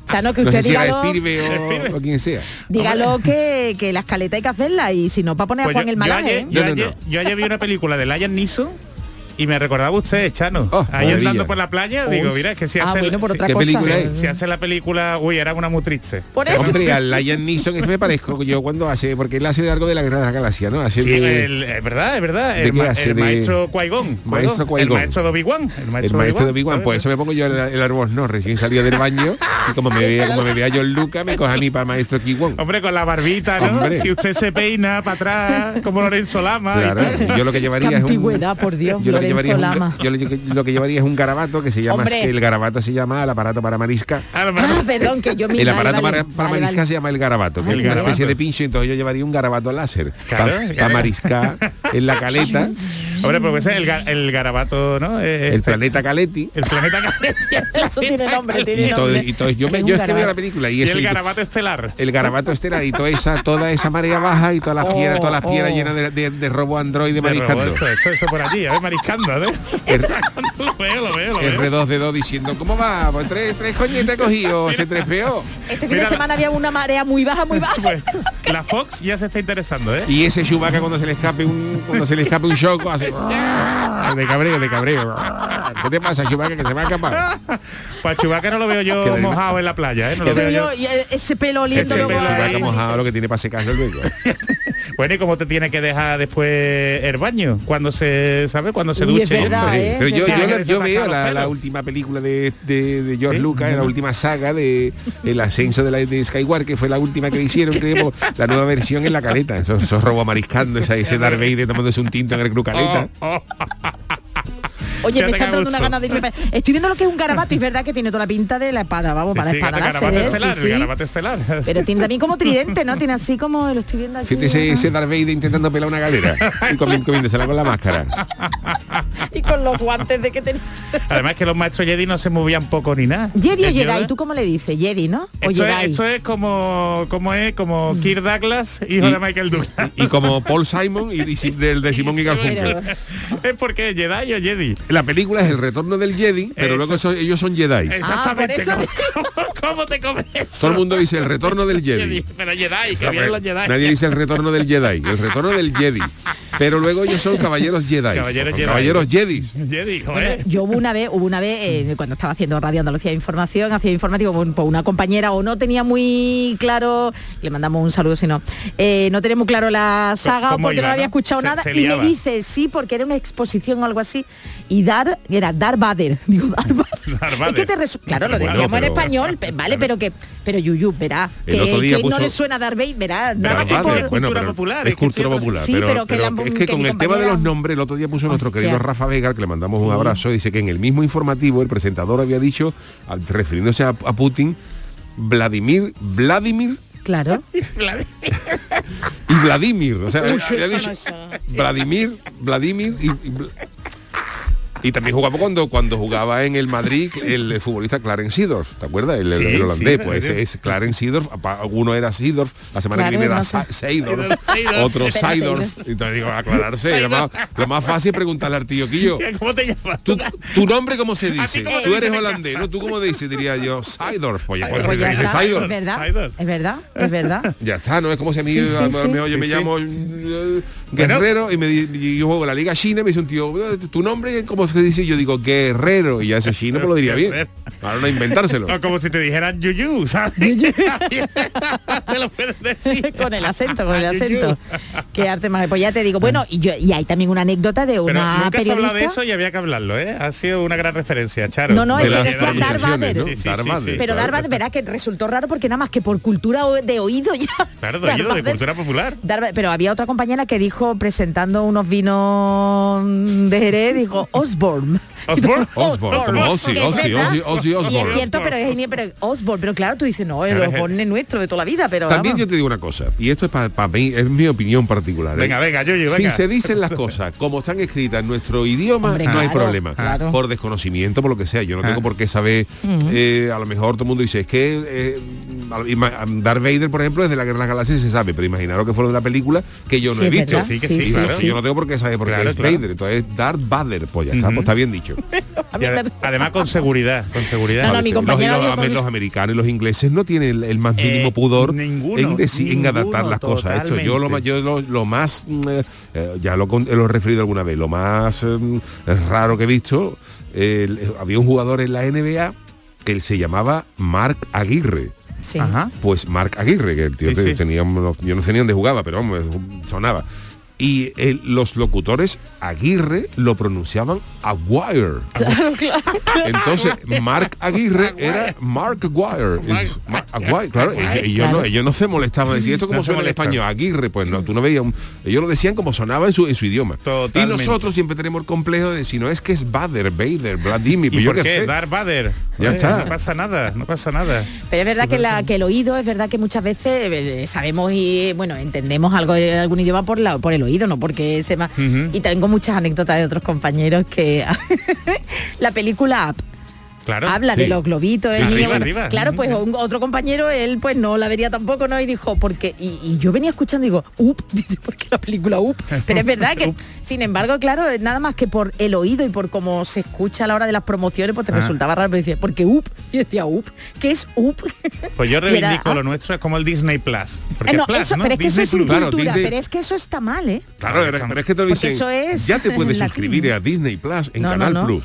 Speaker 3: Chano, [laughs] que
Speaker 2: No
Speaker 3: usted
Speaker 2: sé si era
Speaker 3: dígalo,
Speaker 2: Spirbe
Speaker 7: Spirbe.
Speaker 2: o, o quien sea.
Speaker 3: dígalo que, que la escaleta hay que hacerla y si no, para poner
Speaker 7: Pues
Speaker 3: a Juan
Speaker 7: yo,
Speaker 3: el
Speaker 7: yo
Speaker 3: Malaje.
Speaker 7: ayer,
Speaker 3: ¿eh?
Speaker 7: yo
Speaker 2: No, no,
Speaker 7: ayer-
Speaker 2: no.
Speaker 7: yo ayer vi una película de Lion Neeson y me recordaba usted, Chano.
Speaker 2: Oh,
Speaker 7: ahí
Speaker 2: maravilla.
Speaker 7: andando por la playa, digo, mira, es que si
Speaker 3: ah,
Speaker 7: hace,
Speaker 3: bueno, por
Speaker 7: si-
Speaker 3: otra
Speaker 2: ¿qué
Speaker 3: cosa.
Speaker 2: película
Speaker 7: si-
Speaker 2: es?
Speaker 7: si hace la película, uy, era una muy triste.
Speaker 3: Por eso.
Speaker 2: Hombre, al Lion Neeson, esto me parezco yo cuando hace, porque él hace de algo de la Guerra de la Galaxia, ¿no? Hace
Speaker 7: Sí,
Speaker 2: de-
Speaker 7: el- es verdad, es verdad.
Speaker 2: ¿de
Speaker 7: El,
Speaker 2: qué
Speaker 7: ma-
Speaker 2: hace
Speaker 7: el
Speaker 2: de-
Speaker 7: maestro Qui-Gon.
Speaker 2: Maestro
Speaker 7: Qui-Gon, El
Speaker 2: Qui-Gon.
Speaker 7: maestro de Obi-Wan.
Speaker 2: El maestro de Big One, pues eso me pongo yo el, el árbol no, recién salido del baño y como me vea, como me vea yo el Luca, me coja a mí para maestro Kiwon.
Speaker 7: [laughs] Hombre, con la barbita, ¿no?
Speaker 2: Hombre.
Speaker 7: Si usted se peina para atrás, como Lorenzo Lama. y
Speaker 2: Claro,
Speaker 7: tal.
Speaker 2: yo lo que llevaría
Speaker 3: Qué
Speaker 2: es un,
Speaker 3: antigüedad, por Dios,
Speaker 2: yo lo que
Speaker 3: Lorenzo
Speaker 2: llevaría es un-
Speaker 3: Lama.
Speaker 2: yo lo que- lo que llevaría es un garabato que se llama,
Speaker 3: Hombre.
Speaker 2: es que el garabato se llama al aparato para marisca.
Speaker 7: Ah, no,
Speaker 3: Ah,
Speaker 7: pero-
Speaker 3: perdón, que yo me
Speaker 2: El aparato para, para mariscar se llama el garabato, que
Speaker 3: Ay,
Speaker 2: es una
Speaker 7: garabato.
Speaker 2: especie de pinche, entonces yo llevaría un garabato láser
Speaker 7: Claro,
Speaker 2: para
Speaker 7: claro.
Speaker 2: mariscar en la caleta,
Speaker 7: [laughs] Hombre, porque ese es el, ga- el garabato, ¿no? Eh,
Speaker 2: el
Speaker 7: este-
Speaker 2: planeta Caleti.
Speaker 7: El planeta [laughs] Galaxia.
Speaker 3: Eso tiene nombre, tiene
Speaker 2: Y todo,
Speaker 3: nombre.
Speaker 2: y todo- yo, me-
Speaker 3: Es un
Speaker 2: yo es que veo la
Speaker 3: garabato.
Speaker 2: película y
Speaker 7: Y
Speaker 2: eso
Speaker 7: el
Speaker 2: y-
Speaker 7: garabato estelar.
Speaker 2: el garabato estelar y toda esa, toda esa marea baja y todas las
Speaker 3: Oh,
Speaker 2: piedras, todas las piedras
Speaker 3: oh.
Speaker 2: llenas de, de- de robo androide
Speaker 7: De
Speaker 2: mariscando.
Speaker 7: robot, eso, eso por allí, a ver, mariscando, ¿eh?
Speaker 2: [laughs]
Speaker 7: [laughs]
Speaker 2: El-
Speaker 7: lo veo, lo veo, lo veo.
Speaker 2: R2D2 diciendo, ¿cómo va? Pues tres, tres coñetas he
Speaker 7: [laughs]
Speaker 2: cogido, C3PO.
Speaker 3: Este fin
Speaker 7: Mira
Speaker 3: de
Speaker 7: la-
Speaker 3: semana había una marea muy baja, muy
Speaker 7: [laughs]
Speaker 3: baja.
Speaker 7: Pues, la Fox ya se está interesando, ¿eh?
Speaker 2: Y ese Chewbacca cuando se le escape un cuando se le escape un shock hace "Ah,
Speaker 7: de cabreo, de cabreo.
Speaker 2: ¿Qué te pasa, Chubaca, que se va a escapar?
Speaker 7: Para Chubaca Pues no lo veo
Speaker 2: [laughs]
Speaker 7: yo
Speaker 2: Que le-
Speaker 7: mojado en la playa, ¿eh? No lo
Speaker 3: Eso
Speaker 7: veo
Speaker 3: yo,
Speaker 7: yo.
Speaker 3: y e- ese pelo oliendo
Speaker 2: Ese
Speaker 7: no
Speaker 3: luego
Speaker 7: pelo
Speaker 3: a-
Speaker 7: ahí.
Speaker 2: Chubaca mojado lo que tiene para secarlo luego.
Speaker 7: Bueno, ¿y cómo te tiene que dejar después el baño? Cuando se, ¿sabe? Cuando se
Speaker 3: Uy,
Speaker 7: duche.
Speaker 3: es verdad,
Speaker 7: Sí.
Speaker 3: ¿eh?
Speaker 2: Pero yo,
Speaker 7: Ya,
Speaker 2: yo,
Speaker 7: ya
Speaker 2: la- yo
Speaker 7: se
Speaker 2: veo
Speaker 7: sacan los
Speaker 2: la, la
Speaker 7: pelos.
Speaker 2: última película de, de, de George
Speaker 7: ¿Sí?
Speaker 2: Lucas, la última saga de El ascenso de, la, de Skywalker, que fue la última que hicieron, creemos, la nueva versión en la caleta. Esos eso robo mariscando, esa, ese Darth Vader tomándose un tinto en el Club Caleta.
Speaker 7: Oh, oh.
Speaker 3: Oye,
Speaker 7: Ya
Speaker 3: me
Speaker 7: te
Speaker 3: están
Speaker 7: cago
Speaker 3: dando una
Speaker 7: mucho.
Speaker 3: gana de irme para- Estoy viendo lo que es un garabato, y es verdad que tiene toda la pinta de la espada, vamos, para
Speaker 7: Sí, sí,
Speaker 3: la espada láser,
Speaker 7: garabato
Speaker 3: ¿eh?
Speaker 7: estelar,
Speaker 3: Sí,
Speaker 7: el
Speaker 3: sí.
Speaker 7: garabato estelar.
Speaker 3: Pero tiene también como tridente, ¿no? Tiene así como lo estoy viendo aquí.
Speaker 2: Fíjate Este, ese,
Speaker 3: ¿no?
Speaker 2: ese Darth Vader intentando pelar una galera y comi- comiéndosela con la máscara.
Speaker 3: [laughs] Y con los guantes de que
Speaker 7: [laughs]
Speaker 3: tenía.
Speaker 7: Además que los maestros Jedi no se movían poco ni nada.
Speaker 3: Jedi o
Speaker 7: ¿Entiendes?
Speaker 3: Jedi, ¿tú cómo le dices? Jedi, ¿no? O
Speaker 7: Esto es,
Speaker 3: Jedi. Mm.
Speaker 7: esto es como, como es, como Kirk Douglas, hijo
Speaker 2: Y-
Speaker 7: de Michael
Speaker 3: [laughs]
Speaker 7: Douglas.
Speaker 2: Y como Paul Simon y, de- del de Simón y Garfunkel.
Speaker 7: es porque es Jedi o Jedi.
Speaker 2: La película es El retorno del Jedi, pero
Speaker 7: Eso.
Speaker 2: luego eso- ellos son Jedi.
Speaker 7: Exactamente.
Speaker 3: Ah, por
Speaker 7: ¿Cómo, cómo te comes eso?
Speaker 2: Todo el mundo dice El retorno del Jedi.
Speaker 7: Pero Jedi, que vienen los Jedi.
Speaker 2: Nadie dice el retorno del Jedi, el retorno del Jedi. Pero luego ellos son caballeros Jedi.
Speaker 7: Caballeros
Speaker 2: Son
Speaker 7: Jedi.
Speaker 2: Caballeros Jedi.
Speaker 7: [laughs] Jedi, eh.
Speaker 3: Bueno, [laughs]
Speaker 7: joder.
Speaker 3: yo hubo una vez, hubo una vez eh, cuando estaba haciendo Radio Andalucía de Información, hacía informativo con con una compañera o no tenía muy claro, le mandamos un saludo si no, eh, no tenía muy claro la saga o
Speaker 7: cómo
Speaker 3: porque
Speaker 7: iba,
Speaker 3: no había
Speaker 7: no?
Speaker 3: escuchado
Speaker 7: Se-
Speaker 3: nada
Speaker 7: se
Speaker 3: y me
Speaker 7: liaba.
Speaker 3: dice sí porque era una exposición o algo así y dar era dar Vader, [laughs] digo dar Vader.
Speaker 7: Darth
Speaker 3: Es que
Speaker 7: Vader.
Speaker 3: te resu- claro, lo
Speaker 2: Bueno,
Speaker 3: decíamos en
Speaker 2: pero-
Speaker 3: español, pe- vale, pero que pero Yuyu, verá,
Speaker 2: El
Speaker 3: que,
Speaker 2: otro día
Speaker 3: que no
Speaker 2: puso-
Speaker 3: le suena dar Vader, verá, nada
Speaker 7: Darth
Speaker 3: más que
Speaker 2: Pero
Speaker 7: Vader,
Speaker 3: por-
Speaker 7: bueno, cultura
Speaker 2: pero
Speaker 7: popular,
Speaker 2: Es
Speaker 7: es que
Speaker 2: cultura
Speaker 7: estoy-
Speaker 2: popular.
Speaker 3: Sí,
Speaker 2: pero,
Speaker 3: pero que
Speaker 2: pero
Speaker 3: la-
Speaker 2: es que
Speaker 3: que
Speaker 2: con
Speaker 3: mi
Speaker 2: el tema de
Speaker 3: compañera-
Speaker 2: los nombres, el otro día puso nuestro querido
Speaker 3: Hostia.
Speaker 2: Rafa Vega, al que le mandamos un
Speaker 3: Sí.
Speaker 2: abrazo, dice que en el mismo informativo el presentador había dicho, al- refiriéndose a, a Putin, Vladimir, Vladimir
Speaker 3: Claro.
Speaker 2: y Vladimir. O sea,
Speaker 3: Uy,
Speaker 2: había
Speaker 3: eso no,
Speaker 2: dicho
Speaker 3: eso.
Speaker 2: Vladimir, Vladimir y... y Bla- y también jugaba cuando, cuando jugaba en el Madrid el futbolista Clarence Seedorf, ¿te acuerdas? El, el-
Speaker 7: Sí,
Speaker 2: el holandés,
Speaker 7: sí,
Speaker 2: pues
Speaker 7: sí.
Speaker 2: es Clarence Seedorf, apa- uno era Seedorf, la semana
Speaker 3: Claro,
Speaker 2: que viene era
Speaker 3: no sé.
Speaker 2: Sa- Seedorf,
Speaker 7: Seedorf.
Speaker 2: otro
Speaker 3: Era
Speaker 2: Seedorf.
Speaker 3: Seedorf.
Speaker 2: Y Entonces digo, aclararse, lo más, lo más fácil es preguntarle al tío Quillo,
Speaker 7: ¿Cómo te llamas? [laughs]
Speaker 2: ¿tú, tu nombre cómo se dice?
Speaker 7: cómo te
Speaker 2: Tú
Speaker 7: dicen
Speaker 2: eres
Speaker 7: en
Speaker 2: holandés,
Speaker 7: casa?
Speaker 2: ¿no? ¿Tú cómo dices? Diría yo, Seedorf. Oye, pues,
Speaker 7: Seedorf,
Speaker 3: Pues
Speaker 2: se
Speaker 3: ya
Speaker 2: dice
Speaker 3: está,
Speaker 2: Seedorf.
Speaker 3: es verdad,
Speaker 7: Seidor.
Speaker 3: es verdad, es verdad.
Speaker 2: Ya está, no es como si a mí
Speaker 3: Sí, sí,
Speaker 2: a- a-
Speaker 3: sí.
Speaker 2: me- oye, me
Speaker 7: Sí, sí.
Speaker 2: llamo eh, Guerrero y me di- y yo juego en la Liga China, me dice un tío, eh, tu nombre cómo se dice, Y yo digo Guerrero y ya ese chino me lo diría bien. Ahora no
Speaker 7: [laughs]
Speaker 2: inventárselo.
Speaker 7: O como si te dijeran Yuyu, ¿sabes? [laughs] te lo puedes decir.
Speaker 3: [laughs]
Speaker 7: Ah,
Speaker 3: con el acento, con el
Speaker 7: [laughs] Ay, ay,
Speaker 3: acento. Qué arte más. Pues ya te digo, bueno, y, yo, y hay también una anécdota de
Speaker 7: Pero
Speaker 3: una
Speaker 7: nunca se
Speaker 3: periodista.
Speaker 7: habla de eso y había que hablarlo, ¿eh? Ha sido una gran referencia, Charo.
Speaker 3: No, no,
Speaker 2: De
Speaker 3: es que
Speaker 2: las
Speaker 3: decía
Speaker 2: traducciones,
Speaker 3: Darth Vader.
Speaker 2: ¿no?
Speaker 7: Sí, sí,
Speaker 2: Darth
Speaker 7: sí,
Speaker 2: Vader,
Speaker 7: sí.
Speaker 3: pero
Speaker 2: claro.
Speaker 3: Darth Vader, verás que resultó raro porque nada más que por cultura o- de oído ya.
Speaker 7: Claro, de
Speaker 3: Darth
Speaker 7: oído, de
Speaker 3: Vader-
Speaker 7: cultura popular.
Speaker 3: Darth Vader- pero había otra compañera que dijo, presentando unos vinos de Jerez, dijo Osborne.
Speaker 7: [laughs]
Speaker 3: [laughs]
Speaker 7: Osborne. Oh,
Speaker 2: Osborne, como Ozzy,
Speaker 3: que es
Speaker 2: Ozzy,
Speaker 3: verdad.
Speaker 2: Ozzy, Ozzy
Speaker 3: Y
Speaker 2: Osbourne.
Speaker 3: es cierto, pero es genial, pero Osborne, pero claro, tú dices, no, el
Speaker 7: Claro, es-
Speaker 3: Osborne es nuestro de toda la vida, pero
Speaker 2: También
Speaker 3: vamos.
Speaker 2: yo te digo una cosa, y esto es para mí, es mi opinión particular. ¿eh?
Speaker 7: Venga, venga, Yuyu, venga.
Speaker 2: Si se dicen las cosas como están escritas en nuestro idioma,
Speaker 3: Hombre,
Speaker 2: no hay
Speaker 3: claro,
Speaker 2: problema.
Speaker 3: claro.
Speaker 2: Por desconocimiento, por lo que sea. Yo no tengo
Speaker 7: Ah.
Speaker 2: por qué saber, eh, a lo mejor todo el mundo dice, es que eh, a- ima- Darth Vader, por ejemplo, es de la Guerra de las Galaxias y se sabe, pero imaginaros que fueron de la película que yo no
Speaker 3: Sí,
Speaker 2: he
Speaker 3: es
Speaker 2: visto.
Speaker 3: verdad.
Speaker 7: Sí, que
Speaker 2: Y
Speaker 7: sí,
Speaker 2: claro,
Speaker 7: claro.
Speaker 2: Yo no tengo por qué saber por qué
Speaker 7: Claro,
Speaker 2: es
Speaker 7: claro.
Speaker 2: Vader. Entonces, Darth Vader, pues ya está, pues está bien dicho.
Speaker 3: [laughs] A mí
Speaker 7: Y ade-
Speaker 3: me-
Speaker 7: además con seguridad, con seguridad.
Speaker 3: No, no, mi
Speaker 2: Los-
Speaker 3: compañera
Speaker 2: los,
Speaker 3: dijo
Speaker 2: los-
Speaker 3: que-
Speaker 2: los americanos y los ingleses no tienen el, el más
Speaker 7: Eh,
Speaker 2: mínimo pudor
Speaker 7: ninguno,
Speaker 2: en, deci- en
Speaker 7: ninguno,
Speaker 2: adaptar las cosas. Esto yo lo más, yo lo, lo más mm, eh, ya lo, con- lo he referido alguna vez, lo más mm, raro que he visto, eh, el- había un jugador en la NBA que él se llamaba Mark Aguirre.
Speaker 3: sí.
Speaker 7: Ajá.
Speaker 2: Pues Marc Aguirre, que el tío
Speaker 7: Sí,
Speaker 2: te-
Speaker 7: sí.
Speaker 2: tenía unos- yo no sé ni dónde jugaba, pero vamos, sonaba. Y eh, los locutores Aguirre lo pronunciaban Aguirre. Entonces, Mark Aguirre era Mark Aguirre. Es- Mark Aguirre, claro, ellos, ellos
Speaker 3: Claro.
Speaker 2: no, ellos no se molestaban. Decían, ¿esto cómo
Speaker 7: No se
Speaker 2: suena en
Speaker 7: molestan.
Speaker 2: español? Aguirre, pues no, tú no veías. un- ellos lo decían como sonaba en su, en su idioma.
Speaker 7: Totalmente.
Speaker 2: Y nosotros siempre tenemos el complejo de si no es que es Bader, Bader, Vladimir, pues
Speaker 7: ¿Y
Speaker 2: yo
Speaker 7: por qué?
Speaker 2: sé.
Speaker 7: Darth Vader.
Speaker 2: Ya
Speaker 7: Eh,
Speaker 2: está.
Speaker 7: No pasa nada, no pasa nada.
Speaker 3: Pero es verdad que, la, que el oído, es verdad que muchas veces eh, sabemos y bueno, entendemos algo de algún idioma por la, por el oído, no porque se más. [laughs] Y tengo muchas anécdotas de otros compañeros que la película Up.
Speaker 7: claro.
Speaker 3: Habla
Speaker 2: Sí.
Speaker 3: de los globitos, el
Speaker 7: Arriba,
Speaker 3: niño, bueno,
Speaker 7: arriba.
Speaker 3: Claro, pues un- otro compañero, él pues no la vería tampoco, ¿no? Y dijo, porque, y, y yo venía escuchando y digo, up, [laughs] dice, porque la película up. Pero es verdad que, sin embargo, claro, nada más que por el oído y por cómo se escucha a la hora de las promociones, pues te
Speaker 7: Ah.
Speaker 3: resultaba raro, pero dice, porque up, y decía up, ¿qué es up? [laughs]
Speaker 7: Pues
Speaker 3: Y
Speaker 7: yo
Speaker 3: era,
Speaker 7: reivindico
Speaker 3: ah,
Speaker 7: lo nuestro, es como el Disney Plus. Porque
Speaker 3: eh, no,
Speaker 7: es Plus,
Speaker 3: eso,
Speaker 7: ¿no?
Speaker 3: pero es que eso
Speaker 7: Disney
Speaker 3: es sin
Speaker 7: Plus.
Speaker 2: Claro,
Speaker 3: cultura,
Speaker 2: Disney-
Speaker 3: pero es que eso está mal, ¿eh?
Speaker 2: Claro, pero, pero es que te lo
Speaker 3: Porque
Speaker 2: dicen.
Speaker 3: eso es
Speaker 2: ya te puedes
Speaker 3: en latín.
Speaker 2: suscribir a Disney Plus en
Speaker 3: No, no,
Speaker 2: Canal
Speaker 3: no. [laughs]
Speaker 2: Plus.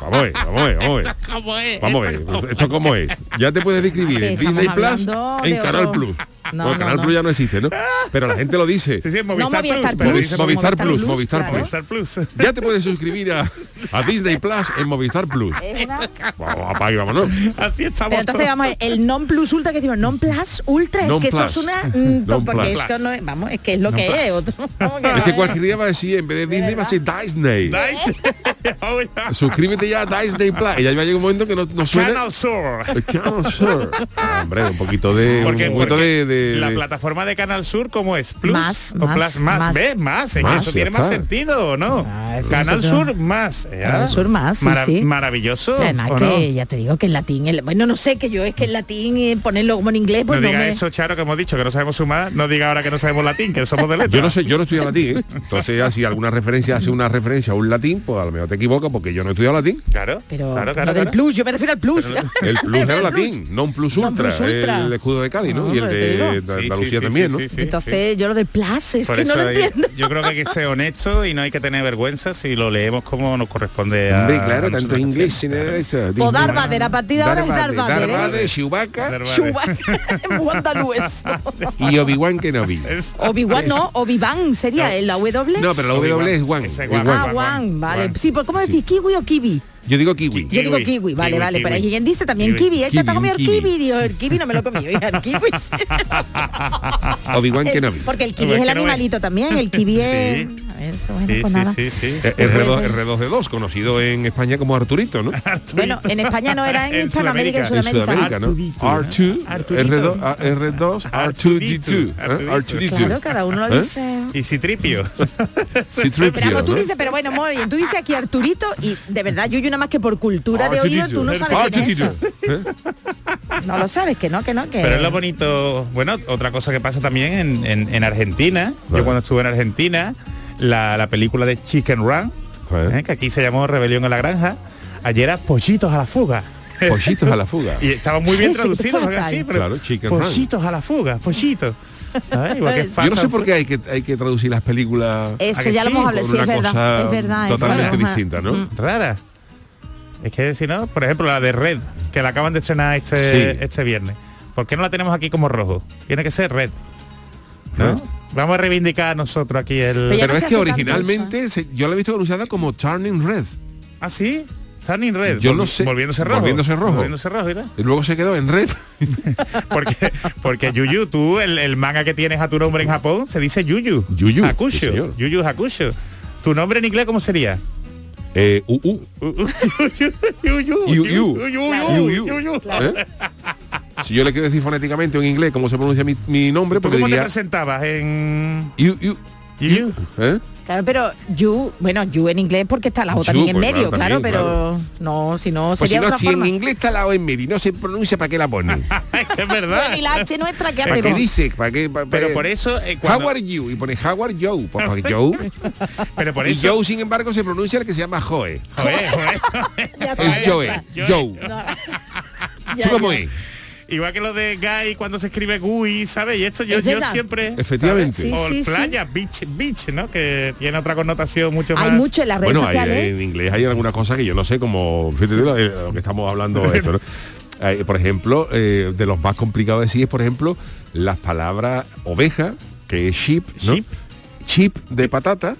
Speaker 2: vamos a ver, vamos a ver, vamos a ver.
Speaker 7: ¿Cómo es?
Speaker 2: Vamos a ver, esto cómo es. Ya te puedes inscribir
Speaker 3: Hombre,
Speaker 2: en
Speaker 3: estamos
Speaker 2: Disney Plus
Speaker 3: hablando
Speaker 2: en
Speaker 3: de
Speaker 2: Canal
Speaker 3: otro-
Speaker 2: Plus.
Speaker 3: No,
Speaker 2: Porque
Speaker 3: no,
Speaker 2: Canal
Speaker 3: no.
Speaker 2: Plus ya no existe, ¿no? Pero la gente lo dice.
Speaker 7: Sí, sí, es Movistar,
Speaker 3: Movistar
Speaker 7: Plus. pero
Speaker 3: Plus.
Speaker 7: dice
Speaker 2: Movistar Plus, Movistar
Speaker 3: claro.
Speaker 2: Plus.
Speaker 7: Movistar Plus. [laughs]
Speaker 2: Ya te puedes suscribir a, a Disney Plus en Movistar Plus.
Speaker 3: Es una-
Speaker 2: Vamos, apague, vámonos.
Speaker 7: Así estamos.
Speaker 3: Pero entonces
Speaker 7: todos.
Speaker 3: vamos, a ver, el non plus ultra que decimos, non plus ultra,
Speaker 2: Non
Speaker 3: es que
Speaker 2: plus.
Speaker 3: eso es una... mm,
Speaker 2: Non
Speaker 3: porque
Speaker 2: plus.
Speaker 3: esto no es, vamos, es que es lo que es. otro- [laughs] vamos, que
Speaker 2: Es que
Speaker 3: no
Speaker 2: cualquier día va a decir, en vez de Disney, va a decir Disney.
Speaker 7: Nice.
Speaker 3: [laughs]
Speaker 7: [laughs] Oh, yeah.
Speaker 2: Suscríbete ya a Disney Plus. Y ya va a llegar un momento que no, no suena.
Speaker 7: Canal Sur.
Speaker 2: Canal Sur. Ah, Hombre, un poquito de...
Speaker 7: Porque,
Speaker 2: un poquito
Speaker 7: porque
Speaker 2: de, de-
Speaker 7: la
Speaker 2: de-
Speaker 7: plataforma de Canal Sur, ¿cómo es? Plus
Speaker 3: Más,
Speaker 7: o
Speaker 3: más,
Speaker 7: plus, más,
Speaker 3: más.
Speaker 7: ¿ves? Más, es que
Speaker 2: Más,
Speaker 7: eso
Speaker 2: ya
Speaker 7: tiene más
Speaker 2: está.
Speaker 7: sentido, ¿o no?
Speaker 3: Ah, eso
Speaker 7: Canal
Speaker 3: es otro.
Speaker 7: Sur más. ya.
Speaker 3: Canal Sur más, sí, sí.
Speaker 7: Maravilloso.
Speaker 3: Y Además
Speaker 7: ¿o
Speaker 3: que
Speaker 7: no?
Speaker 3: ya te digo que el latín, el- bueno, no sé que yo es que el latín eh, ponerlo como en inglés, pues
Speaker 7: no
Speaker 3: no,
Speaker 7: diga
Speaker 3: me.
Speaker 7: eso, Charo, que hemos dicho que no sabemos sumar, no diga ahora que no sabemos latín, que somos de letra.
Speaker 2: Yo no sé, yo no estudié latín, ¿eh? Entonces, ya si alguna referencia hace una referencia a un latín, pues a lo mejor te equivocas porque yo no he estudiado latín.
Speaker 7: Claro,
Speaker 3: Pero
Speaker 7: claro,
Speaker 3: lo
Speaker 7: claro.
Speaker 3: del
Speaker 7: claro.
Speaker 3: plus, yo me refiero al plus. [laughs]
Speaker 2: El plus
Speaker 3: Pero
Speaker 2: era
Speaker 3: el
Speaker 2: latín, no un plus
Speaker 3: Non
Speaker 2: ultra,
Speaker 3: plus ultra.
Speaker 2: el escudo de Cádiz, ¿no?
Speaker 3: No,
Speaker 2: y el
Speaker 3: pero
Speaker 2: de
Speaker 3: te digo.
Speaker 7: Sí, sí,
Speaker 2: Andalucía
Speaker 7: sí,
Speaker 2: también,
Speaker 7: sí,
Speaker 2: ¿no?
Speaker 7: sí, sí,
Speaker 3: Entonces yo lo del plus es
Speaker 7: Por
Speaker 3: que no
Speaker 7: eso
Speaker 3: lo
Speaker 7: hay- [laughs]
Speaker 3: entiendo.
Speaker 7: Yo creo que hay que ser honesto y no hay que tener vergüenza si lo leemos como nos corresponde a.
Speaker 2: Hombre,
Speaker 7: a
Speaker 2: claro,
Speaker 7: nosotros
Speaker 2: tanto
Speaker 7: que
Speaker 2: inglés,
Speaker 7: hacemos.
Speaker 2: sin derecha.
Speaker 3: O Darbader, Pues a partir de ahora es Darbader. ¿eh?
Speaker 2: Darbader, Chewbacca
Speaker 7: Darbader. [laughs]
Speaker 3: Chewbacca, es muy andaluz.
Speaker 2: y Obi-Wan Kenobi.
Speaker 7: Es-
Speaker 3: Obi-Wan no, Obi-Wan sería
Speaker 7: No.
Speaker 3: el la W.
Speaker 2: No, pero la W es One.
Speaker 7: Este
Speaker 2: es
Speaker 7: guan,
Speaker 2: guan.
Speaker 3: Ah, Wan, vale.
Speaker 7: Wan.
Speaker 3: Sí, pero ¿cómo decís kiwi o kiwi?
Speaker 2: Yo digo kiwi.
Speaker 7: Ki-
Speaker 3: Yo digo
Speaker 7: Kiwi,
Speaker 3: kiwi, vale,
Speaker 7: kiwi,
Speaker 3: vale. Pero hay
Speaker 7: kiwi.
Speaker 3: quien dice también
Speaker 7: Kiwi.
Speaker 3: kiwi, es que
Speaker 2: Kiwi,
Speaker 3: está comido el
Speaker 2: un kiwi.
Speaker 3: kiwi, digo, el kiwi no me lo comí, oiga,
Speaker 7: [laughs]
Speaker 3: el kiwi. sí.
Speaker 7: Ah,
Speaker 2: Obi-Wan Kenobi.
Speaker 3: El- Porque el
Speaker 7: Pero
Speaker 3: kiwi es
Speaker 7: es
Speaker 3: el
Speaker 7: que no es.
Speaker 3: animalito también, el kiwi es...
Speaker 7: Sí.
Speaker 3: A ver, Eso, bueno,
Speaker 7: Sí,
Speaker 3: pues
Speaker 7: sí,
Speaker 3: nada.
Speaker 7: sí, sí.
Speaker 2: Eh, R2, R2D2, conocido en España como Arturito, ¿no?
Speaker 3: Bueno, en España no
Speaker 2: [laughs]
Speaker 3: era, en,
Speaker 7: En
Speaker 3: Hispanoamérica, en
Speaker 7: Sudamérica.
Speaker 2: En Sudamérica,
Speaker 3: Sudamérica.
Speaker 2: ¿no? R2,
Speaker 7: Arturito.
Speaker 2: R2, ah, R2, R2D2. ¿eh?
Speaker 7: Arturito.
Speaker 3: Claro,
Speaker 2: R2D2.
Speaker 3: cada uno
Speaker 2: ¿Eh?
Speaker 3: lo dice...
Speaker 7: Y Citripio.
Speaker 3: Pero
Speaker 2: C-3PO,
Speaker 3: vamos, tú
Speaker 2: ¿no?
Speaker 3: dices, pero bueno, muy bien, tú dices aquí Arturito y de verdad, yo nada más que por cultura
Speaker 2: Ah,
Speaker 3: de oído, tú no sabes quién es eso.
Speaker 2: R2D2. ¿Eh?
Speaker 3: No lo sabes, que no, que no, que...
Speaker 7: Pero es lo bonito. Bueno, otra cosa que pasa también en, en- en Argentina. Yo
Speaker 2: Vale.
Speaker 7: cuando estuve en Argentina, la, la película de Chicken Run,
Speaker 2: Vale.
Speaker 7: ¿eh? que aquí se llamó Rebelión en la Granja, ayer era Pollitos a la Fuga.
Speaker 2: ¿Eh? Pollitos a la fuga.
Speaker 7: Y estaba muy bien
Speaker 3: Ese que
Speaker 7: traducido,
Speaker 3: fue
Speaker 7: porque
Speaker 3: acá,
Speaker 7: así,
Speaker 3: ¿eh?
Speaker 7: pero
Speaker 2: Claro, Chicken Run.
Speaker 7: Pollitos a la Fuga, pollitos. Ah, igual que
Speaker 2: [laughs] Yo no
Speaker 7: Fast
Speaker 2: sé
Speaker 7: and
Speaker 2: por qué hay que, hay que traducir las películas
Speaker 3: Eso
Speaker 7: ¿A que
Speaker 3: ya lo
Speaker 7: sí?
Speaker 3: hemos
Speaker 2: con
Speaker 3: hablado, sí,
Speaker 2: una
Speaker 3: es verdad,
Speaker 2: cosa
Speaker 3: es verdad. eso
Speaker 2: totalmente
Speaker 3: lo hemos-
Speaker 2: distinta, ¿no? ¿Eh?
Speaker 3: Mm.
Speaker 7: rara. Es que si no, por ejemplo, la de Red, que la acaban de estrenar este,
Speaker 2: Sí.
Speaker 7: este viernes. ¿Por qué no la tenemos aquí como rojo? Tiene que ser Red. ¿no?
Speaker 2: Red.
Speaker 7: Vamos a reivindicar nosotros aquí el...
Speaker 3: Pero ya
Speaker 2: Pero
Speaker 3: no
Speaker 2: es
Speaker 3: se
Speaker 2: que
Speaker 3: hace tanto
Speaker 2: originalmente se- yo la he visto anunciada como Turning Red.
Speaker 7: ¿Ah, sí? Turning Red.
Speaker 2: Yo no
Speaker 7: volvi-
Speaker 2: sé.
Speaker 7: Volviéndose rojo.
Speaker 2: Volviéndose rojo.
Speaker 7: Volviéndose rojo, mira.
Speaker 2: Y luego se quedó en red.
Speaker 7: Porque, porque Yuyu, tú, el, el manga que tienes a tu nombre en Japón, se dice Yuyu.
Speaker 2: Yuyu,
Speaker 7: Hakusho.
Speaker 2: sí, señor.
Speaker 7: Yuyu Hakusho. ¿Tu nombre en inglés cómo
Speaker 2: [laughs]
Speaker 7: sería?
Speaker 2: Eh, uh, uh.
Speaker 7: Yuyu.
Speaker 2: Yu- yu.
Speaker 7: Yuyu.
Speaker 2: Yu- yu.
Speaker 7: Yuyu.
Speaker 2: ¿Eh? Si yo le quiero decir fonéticamente o en inglés cómo se pronuncia mi, mi nombre,
Speaker 7: ¿Tú
Speaker 2: porque
Speaker 7: cómo te
Speaker 2: diría...
Speaker 7: presentabas en...
Speaker 2: You, you,
Speaker 7: Yuyu? [laughs]
Speaker 2: ¿eh?
Speaker 3: Claro, pero you, bueno, you en inglés porque está la O
Speaker 2: You,
Speaker 3: también en
Speaker 2: pues,
Speaker 3: medio,
Speaker 2: claro,
Speaker 3: claro,
Speaker 2: también,
Speaker 3: pero no, si no
Speaker 2: Pues si
Speaker 3: sería
Speaker 2: no,
Speaker 3: otra
Speaker 2: si
Speaker 3: forma.
Speaker 2: en inglés está la O en medio y no se pronuncia, ¿para qué la pone?
Speaker 7: [laughs] Ah, Es que es
Speaker 3: Bueno,
Speaker 7: verdad.
Speaker 3: y la H nuestra que
Speaker 2: ¿eh? ¿Para qué
Speaker 3: hacemos.
Speaker 2: dice? ¿Para qué? pa-
Speaker 7: Pero
Speaker 2: pa-
Speaker 7: por eso, eh, cuando-
Speaker 2: How are you? Y pone Howard Joe. Pues, para Joe.
Speaker 7: Pero [laughs] por
Speaker 2: y
Speaker 7: eso...
Speaker 2: Joe, sin embargo, se pronuncia el que se llama Joe.
Speaker 7: Joder, joder.
Speaker 3: Ya está,
Speaker 2: Es
Speaker 3: ya
Speaker 2: Joe.
Speaker 7: Ah, Joe.
Speaker 2: Joe.
Speaker 3: está. Ya,
Speaker 2: ¿Tú cómo
Speaker 3: ya.
Speaker 2: es?
Speaker 7: Igual que lo de Guy cuando se escribe Gui, ¿sabes? Y esto yo,
Speaker 3: Es
Speaker 7: yo
Speaker 3: verdad.
Speaker 7: siempre...
Speaker 2: Efectivamente.
Speaker 3: Sí,
Speaker 7: o
Speaker 3: sí, sí.
Speaker 7: playa, beach, beach, ¿no? Que tiene otra connotación mucho más...
Speaker 3: Hay mucho en las redes
Speaker 2: Bueno, hay-
Speaker 3: sociales.
Speaker 2: en inglés hay alguna cosa que yo no sé, como fíjate, lo, eh, lo que estamos hablando
Speaker 3: [laughs]
Speaker 2: esto, ¿no? Eh, por ejemplo, eh, de los más complicados de decir es, por ejemplo, las palabras oveja, que es sheep, ¿no?
Speaker 7: Sheep.
Speaker 2: Chip de patata,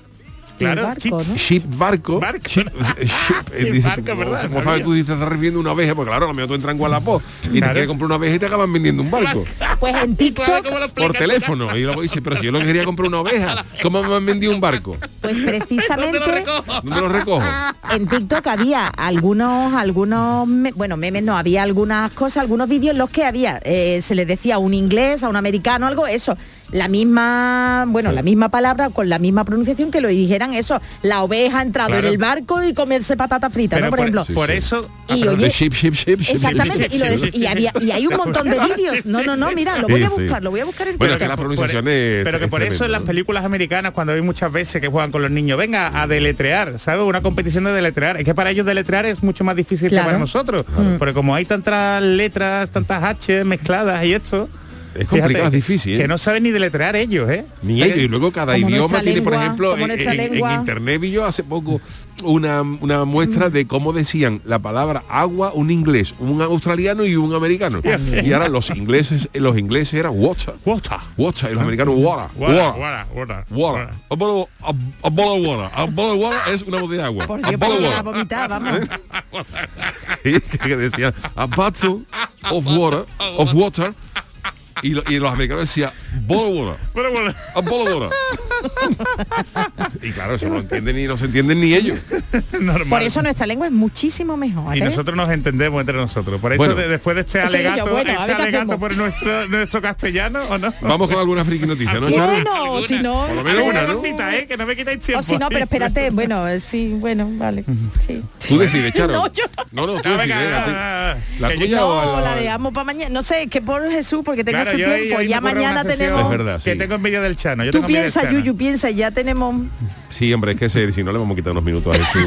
Speaker 7: Claro,
Speaker 3: El barco,
Speaker 7: chips.
Speaker 3: ¿no?
Speaker 2: sheep barco,
Speaker 7: Barco.
Speaker 2: sheep, eh, sheep,
Speaker 7: [laughs]
Speaker 2: eh,
Speaker 7: Sí,
Speaker 2: dices,
Speaker 7: barco,
Speaker 2: como-
Speaker 7: ¿verdad?
Speaker 2: como sabes, tú dices, estás refiriendo a una oveja, porque claro, a lo mejor tú entras en Guadalajara y te
Speaker 7: Claro.
Speaker 2: quieres comprar una oveja y te acaban vendiendo un barco.
Speaker 3: Pues en
Speaker 7: Claro,
Speaker 3: TikTok
Speaker 7: ¿cómo
Speaker 2: Por
Speaker 7: lo explicas en
Speaker 2: teléfono. Y luego dice, pero si yo lo que quería comprar una oveja, ¿cómo me han vendido un barco? [laughs]
Speaker 3: Pues precisamente
Speaker 2: No me lo recojo.
Speaker 3: en TikTok había algunos, algunos, me- bueno, memes no, había algunas cosas, algunos vídeos en los que había, eh, se les decía a un inglés, a un americano, algo, eso, la misma, bueno, la misma palabra con la misma pronunciación que lo dijeran eso, la oveja ha entrado
Speaker 7: Claro.
Speaker 3: en el barco y comerse patata frita,
Speaker 7: Pero
Speaker 3: ¿no? Por, ejemplo.
Speaker 7: por
Speaker 2: Sí, sí.
Speaker 7: eso...
Speaker 3: [laughs] Y
Speaker 7: Ah, perdón.
Speaker 3: oye,
Speaker 2: Ship, ship, ship, ship,
Speaker 3: [laughs] Exactamente, y, lo de- y había- y hay un montón de vídeos. No, no, no, mira, lo voy a
Speaker 2: Sí, sí.
Speaker 3: buscar, lo voy a buscar en
Speaker 2: Bueno,
Speaker 3: TikTok.
Speaker 2: que la
Speaker 7: por-
Speaker 2: pronunciación
Speaker 7: por-
Speaker 2: es-
Speaker 7: Pero que
Speaker 2: es
Speaker 7: por eso en
Speaker 2: tremenda,
Speaker 7: las
Speaker 2: ¿no?
Speaker 7: películas americanas, cuando hay muchas veces que juegan con los niños, venga a deletrear, ¿sabes? Una competición de deletrear. Es que para ellos deletrear es mucho más difícil
Speaker 3: Claro.
Speaker 7: que para nosotros. Porque como hay tantas letras, tantas H mezcladas y esto.
Speaker 2: Es complicado, es difícil, ¿eh?
Speaker 7: Que no saben ni deletrear ellos, ¿eh?
Speaker 2: Ni
Speaker 7: Es
Speaker 2: ello,
Speaker 7: que-
Speaker 2: y luego cada
Speaker 3: como
Speaker 2: idioma
Speaker 3: nuestra
Speaker 2: tiene, por
Speaker 3: lengua,
Speaker 2: ejemplo,
Speaker 3: como
Speaker 2: en,
Speaker 3: nuestra
Speaker 2: en- en
Speaker 3: lengua. Mm.
Speaker 2: internet vi yo hace poco una, una muestra de cómo decían la palabra agua un inglés, un australiano y un americano. Y ahora los ingleses, eh, los ingleses eran water,
Speaker 7: Water.
Speaker 2: water, y
Speaker 3: Ah.
Speaker 2: los americanos water,
Speaker 7: Guara,
Speaker 2: water.
Speaker 7: guara, guara,
Speaker 2: Water.
Speaker 7: guara.
Speaker 2: A bottle of- a- a bottle of water. A bottle of water es una botella de agua.
Speaker 3: Por
Speaker 2: A
Speaker 3: Dios,
Speaker 2: bottle
Speaker 3: pero
Speaker 2: of
Speaker 3: ya
Speaker 2: water.
Speaker 3: vomitar, vamos.
Speaker 2: [laughs] Sí, que decían a bottle of water, of water. Y, lo- y los americanos decían bottle of water.
Speaker 7: Bueno, bueno. [laughs]
Speaker 2: A bolo y claro, eso no entienden ni no se entienden ni ellos.
Speaker 7: Normal.
Speaker 3: Por eso nuestra lengua es muchísimo mejor.
Speaker 7: Y
Speaker 3: ¿eh?
Speaker 7: nosotros nos entendemos entre nosotros. Por eso
Speaker 2: Bueno.
Speaker 7: de- después de este
Speaker 3: Eso digo yo,
Speaker 7: alegato,
Speaker 3: bueno, a
Speaker 7: este
Speaker 3: ver qué
Speaker 7: alegato
Speaker 3: hacemos.
Speaker 7: por nuestro nuestro castellano, ¿o no?
Speaker 2: Vamos con alguna friki noticia, ¿no, Charo?
Speaker 3: Bueno, si no,
Speaker 2: Por lo
Speaker 7: Pero
Speaker 2: menos
Speaker 7: una
Speaker 2: una, ¿no?
Speaker 7: cortita, ¿eh? Que no me quitáis tiempo.
Speaker 3: o si no,
Speaker 2: [laughs]
Speaker 3: pero espérate, bueno, eh, sí, bueno, vale. Sí.
Speaker 2: Tú decides, Charo.
Speaker 3: No, yo
Speaker 2: no. No, tú
Speaker 7: Ah,
Speaker 2: decides.
Speaker 7: venga,
Speaker 2: La,
Speaker 7: ah,
Speaker 2: tu- la
Speaker 7: que yo-
Speaker 2: tuya o
Speaker 3: No,
Speaker 2: la,
Speaker 3: la dejamos para mañana. No sé, es que por Jesús, porque tenga
Speaker 7: Claro,
Speaker 3: su
Speaker 7: yo ahí-
Speaker 3: tiempo.
Speaker 7: ahí
Speaker 3: ya
Speaker 7: me ocurre una
Speaker 3: mañana
Speaker 7: sesión
Speaker 3: tenemos.
Speaker 2: Es verdad,
Speaker 7: Que
Speaker 2: sí.
Speaker 7: tengo envidia del Chano. Yo
Speaker 3: Tú
Speaker 7: tengo envidia del
Speaker 3: piensa,
Speaker 7: Chano.
Speaker 3: Yuyu, piensa, ya tenemos.
Speaker 2: Sí, hombre, es que ese- si no le vamos a quitar unos minutos a este.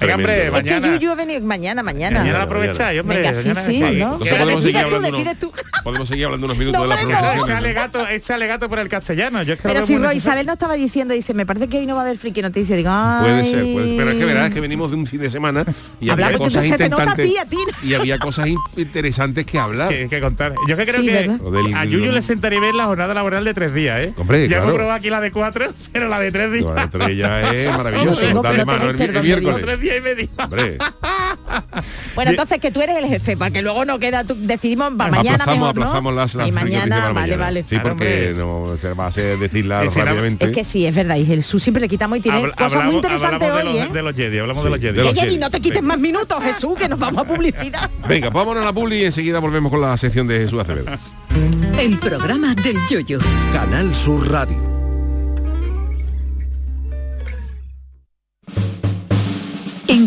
Speaker 7: Venga, hombre,
Speaker 2: Tremendo.
Speaker 3: Es que
Speaker 7: mañana.
Speaker 3: Yuyu ha venido mañana, mañana.
Speaker 7: Mañana la
Speaker 2: Mañana,
Speaker 7: aprovecháis, hombre.
Speaker 3: Venga, sí,
Speaker 7: mañana-
Speaker 3: sí,
Speaker 7: Vale.
Speaker 3: ¿no?
Speaker 2: Entonces
Speaker 7: Que
Speaker 2: podemos
Speaker 3: decides
Speaker 2: seguir,
Speaker 3: tú,
Speaker 2: hablando unos,
Speaker 3: decides tú.
Speaker 2: podemos seguir hablando unos minutos
Speaker 3: No,
Speaker 2: de la
Speaker 3: hombre, no.
Speaker 7: Ese
Speaker 2: pronunciación. ¿no?
Speaker 7: alegato, ese alegato por el castellano. Yo es que lo
Speaker 3: Pero
Speaker 7: veo
Speaker 3: si
Speaker 7: muy
Speaker 3: Roy
Speaker 7: necesario.
Speaker 3: Isabel no estaba diciendo, dice, me parece que hoy no va a haber friki noticia. Digo, ay.
Speaker 2: Puede ser, puede ser. Pero es que verás que venimos de un fin de semana y
Speaker 3: Habla,
Speaker 2: había
Speaker 3: porque
Speaker 2: cosas
Speaker 3: se te nota a
Speaker 2: intentantes.
Speaker 3: ti, a ti, no sé.
Speaker 2: Y había cosas in- interesantes que hablar.
Speaker 7: Que, que contar. Yo es que creo
Speaker 3: Sí, ¿verdad?
Speaker 2: Lo del-
Speaker 7: que a Yuyu le sentaría bien la jornada laboral de tres días, ¿eh?
Speaker 2: Hombre,
Speaker 7: ya
Speaker 2: claro.
Speaker 7: hemos probado aquí la de cuatro, pero la de tres días.
Speaker 2: Bueno, entonces ya es maravilloso.
Speaker 3: No tengo-
Speaker 2: Dale
Speaker 3: no
Speaker 2: mano, el
Speaker 3: tenéis
Speaker 2: mi- el
Speaker 3: perdón de Dios.
Speaker 2: miércoles.
Speaker 7: Tres días y medio.
Speaker 2: Hombre.
Speaker 3: Bueno, entonces que tú eres el jefe, para que luego no queda, tú- decidimos para mañana
Speaker 2: aplazamos,
Speaker 3: mejor, ¿no?
Speaker 2: aplazamos las, las
Speaker 3: y
Speaker 2: noticias para
Speaker 3: mañana, vale,
Speaker 2: mañana.
Speaker 3: vale.
Speaker 2: Sí,
Speaker 7: Claro,
Speaker 2: porque
Speaker 7: hombre.
Speaker 2: no se va a hacer decirla
Speaker 7: Y si no-
Speaker 2: rápidamente.
Speaker 3: Es que sí, es verdad, y Jesús siempre le quitamos y tiene
Speaker 7: Habla-
Speaker 3: cosas muy interesantes
Speaker 7: hablamos
Speaker 3: hoy,
Speaker 7: de,
Speaker 3: ¿eh?
Speaker 7: los, de los Jedi, hablamos
Speaker 2: Sí,
Speaker 7: de los Jedi.
Speaker 2: de los
Speaker 3: Oye,
Speaker 2: Jedi.
Speaker 3: y no te quites más minutos, Jesús, que nos vamos a
Speaker 7: [laughs]
Speaker 3: publicidad.
Speaker 2: Venga, vámonos a la publi y enseguida volvemos con la sección de Jesús Acevedo.
Speaker 5: El programa del yoyo.
Speaker 8: Canal Sur Radio.
Speaker 5: En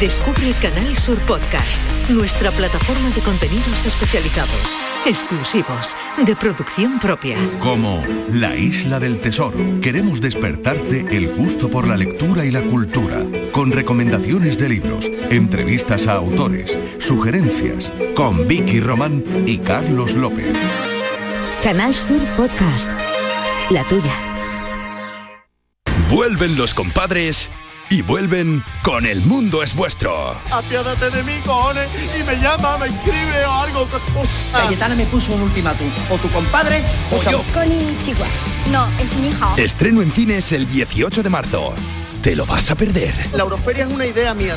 Speaker 5: Descubre Canal Sur Podcast, nuestra plataforma de contenidos especializados, exclusivos, de producción propia.
Speaker 8: Como La Isla del Tesoro, queremos despertarte el gusto por la lectura y la cultura, con recomendaciones de libros, entrevistas a autores, sugerencias, con Vicky Román y Carlos López.
Speaker 5: Canal Sur Podcast, la tuya.
Speaker 9: Vuelven los compadres y vuelven con El Mundo es Vuestro.
Speaker 10: apiádate de mí, cojones, y me llama, me escribe o algo.
Speaker 1: Cayetana me puso un ultimátum. O tu compadre o yo.
Speaker 11: Con Chihuahua. No, es mi hija.
Speaker 9: Estreno en cines el 18 de marzo. Te lo vas a perder.
Speaker 10: La Euroferia es una idea mía.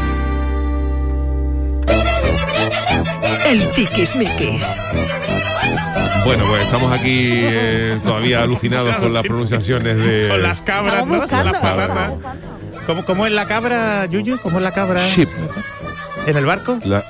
Speaker 5: El tiquismiquis.
Speaker 2: Bueno, pues estamos aquí eh, todavía alucinados con las pronunciaciones de...
Speaker 7: Con las cabras,
Speaker 3: Estamos
Speaker 7: ¿no? Con las
Speaker 3: buscando.
Speaker 7: patatas. ¿Cómo, ¿Cómo es la cabra, Yuyu? ¿Cómo es la cabra?
Speaker 2: Ship.
Speaker 7: ¿En el barco?
Speaker 2: La,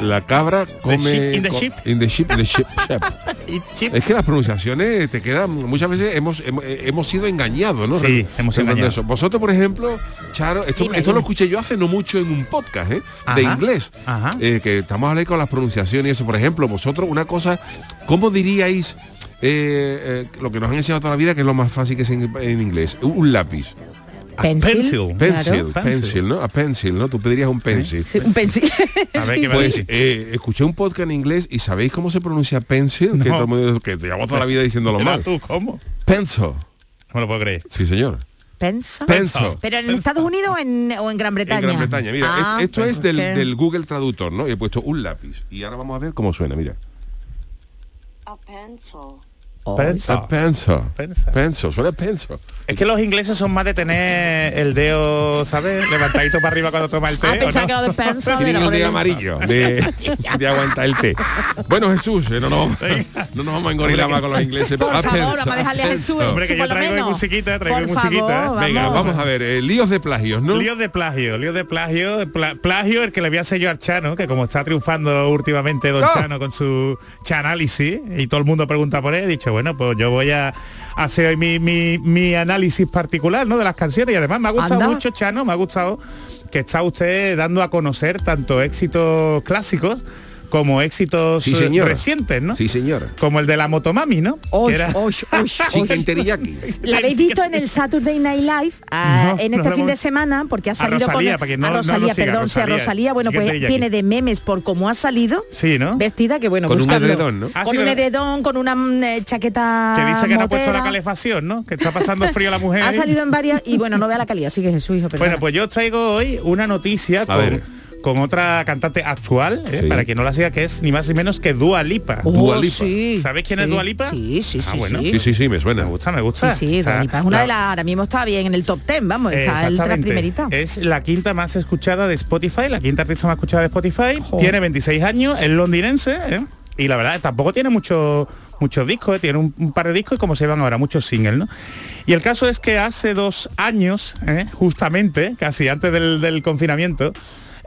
Speaker 2: la cabra come...
Speaker 7: ship, in the
Speaker 2: co-
Speaker 7: ship.
Speaker 2: In the ship, the ship, ship. Es que las pronunciaciones te quedan, muchas veces hemos, hemos, eh, hemos sido engañados, ¿no?
Speaker 7: Sí, hemos sido
Speaker 2: Recuerdo
Speaker 7: engañados.
Speaker 2: eso. Vosotros, por ejemplo, Charo, esto,
Speaker 7: Dime,
Speaker 2: esto lo
Speaker 7: dime.
Speaker 2: escuché yo hace no mucho en un podcast, ¿eh? De
Speaker 7: Ajá,
Speaker 2: inglés.
Speaker 7: ajá.
Speaker 2: Eh, que estamos hablando con las pronunciaciones y eso. Por ejemplo, vosotros, una cosa, ¿cómo diríais eh, eh, lo que nos han enseñado toda la vida, que es lo más fácil que es en, en inglés? Un, un lápiz.
Speaker 7: Ah, Pencil, pencil,
Speaker 2: Pencil,
Speaker 7: claro.
Speaker 2: pencil, ¿no? A pencil, ¿no? Tú pedirías un pencil.
Speaker 3: Un
Speaker 7: [laughs]
Speaker 3: pencil.
Speaker 2: A ver, ¿qué me pues eh, escuché un podcast en inglés y ¿sabéis cómo se pronuncia pencil? Que, todo el mundo- que te llevamos toda la vida diciéndolo
Speaker 7: Era
Speaker 2: mal.
Speaker 7: tú, ¿Cómo?
Speaker 2: Penso.
Speaker 7: No lo puedo creer.
Speaker 2: Sí, señor.
Speaker 4: Penso.
Speaker 2: Penso.
Speaker 4: Pero en Estados Unidos o en, o en Gran Bretaña.
Speaker 2: En Gran Bretaña. Mira,
Speaker 4: Ah,
Speaker 2: es- esto es del,
Speaker 4: ok.
Speaker 2: del Google Traductor, ¿no? Y he puesto un lápiz. Y ahora vamos a ver cómo suena, mira.
Speaker 3: Oh.
Speaker 7: Penso.
Speaker 2: Ah, Penso.
Speaker 7: Penso.
Speaker 2: Penso. Suena penso.
Speaker 7: Es que los ingleses son más de tener el dedo, ¿sabes? Levantadito para arriba cuando toma el té.
Speaker 2: Ah,
Speaker 7: ¿eh? ¿o
Speaker 2: pensaba
Speaker 7: no?
Speaker 2: que era de penso, Tienen pero el dedo por el amarillo, penso. de- de aguantar el té. Bueno, Jesús, eh, no, nos vamos- no nos vamos a engorilar más con los ingleses.
Speaker 7: Por
Speaker 2: Ah,
Speaker 7: favor,
Speaker 2: penso,
Speaker 7: vamos a dejarle a
Speaker 2: penso.
Speaker 7: Jesús, Hombre, que Jesús, yo por lo traigo menos. musiquita, traigo Por musiquita. favor,
Speaker 2: Venga,
Speaker 7: vamos.
Speaker 2: vamos a ver. eh, líos de plagios, ¿no?
Speaker 7: Líos de plagio, líos de plagio, pla- plagio el que le voy a hacer yo al Chano, que como está triunfando últimamente Don
Speaker 4: ¡Oh!
Speaker 12: ¡Ah!
Speaker 7: Chano con su chanálisis y todo el mundo pregunta por él, he dicho, bueno, pues yo voy a hacer hoy mi, mi- mi análisis particular, ¿no? De las canciones y además me ha gustado
Speaker 12: Anda.
Speaker 7: mucho, Chano, me ha gustado que está usted dando a conocer tanto éxitos clásicos como éxitos
Speaker 2: Sí,
Speaker 7: eh,
Speaker 2: señora.
Speaker 7: recientes, ¿no?
Speaker 2: Sí, señora.
Speaker 7: Como el de la motomami, ¿no?
Speaker 4: Oy,
Speaker 7: Que era-
Speaker 4: oy, oy, oy. La habéis visto en el Saturday Night Live ah,
Speaker 7: No,
Speaker 4: en
Speaker 7: no
Speaker 4: este
Speaker 7: la
Speaker 4: fin de
Speaker 7: hemos-
Speaker 4: semana porque ha
Speaker 7: A
Speaker 4: salido
Speaker 7: Rosalía,
Speaker 4: con
Speaker 7: para quien no-
Speaker 4: a
Speaker 7: no nos
Speaker 4: Rosalía,
Speaker 7: siga,
Speaker 4: perdón, sí, a
Speaker 7: Rosalía,
Speaker 4: Rosalía, bueno,
Speaker 7: siguiente
Speaker 4: pues
Speaker 7: ella
Speaker 4: tiene
Speaker 7: aquí.
Speaker 4: de memes por cómo ha salido.
Speaker 7: [laughs] Sí, ¿no?
Speaker 4: Vestida que bueno,
Speaker 7: Con un
Speaker 4: buscadlo.
Speaker 7: edredón, ¿no? Ah,
Speaker 4: Con
Speaker 7: sí,
Speaker 4: un
Speaker 7: ¿verdad?
Speaker 4: edredón, con una mm, eh, chaqueta
Speaker 7: que dice que no ha puesto la
Speaker 4: motera.
Speaker 7: calefacción, ¿no? Que está pasando frío la mujer.
Speaker 4: [laughs] Ha salido en varias y
Speaker 7: [laughs]
Speaker 4: bueno, no vea la calidad, sigue Jesús, hijo, perdona.
Speaker 7: Bueno, pues yo os traigo hoy una noticia con,
Speaker 2: ver.
Speaker 7: con otra cantante actual, ¿eh? para quien no la siga, que es ni más ni menos que Dua Lipa.
Speaker 3: Uh.
Speaker 2: Oh, Dua Lipa. sí.
Speaker 7: ¿Sabéis quién es
Speaker 2: Sí,
Speaker 7: Dua Lipa?
Speaker 4: Sí, sí,
Speaker 7: ah, bueno.
Speaker 2: Sí, sí, sí, me suena. Me
Speaker 7: gusta, me
Speaker 4: Sí,
Speaker 7: gusta.
Speaker 4: sí,
Speaker 7: Está-
Speaker 4: Dua Lipa es una
Speaker 7: la-
Speaker 4: de las, ahora mismo está bien en el top ten, vamos, Pues está el, la
Speaker 7: Exactamente. Eh,
Speaker 4: primerita.
Speaker 7: Es la quinta más escuchada de Spotify, la quinta artista más escuchada de Spotify. Tiene 26 años, es londinense, ¿eh? y la verdad tampoco tiene muchos muchos discos, ¿eh? tiene un, un par de discos y como se llaman ahora, muchos singles, ¿no? Y el caso es que hace dos años, ¿eh? justamente, casi antes del, del confinamiento,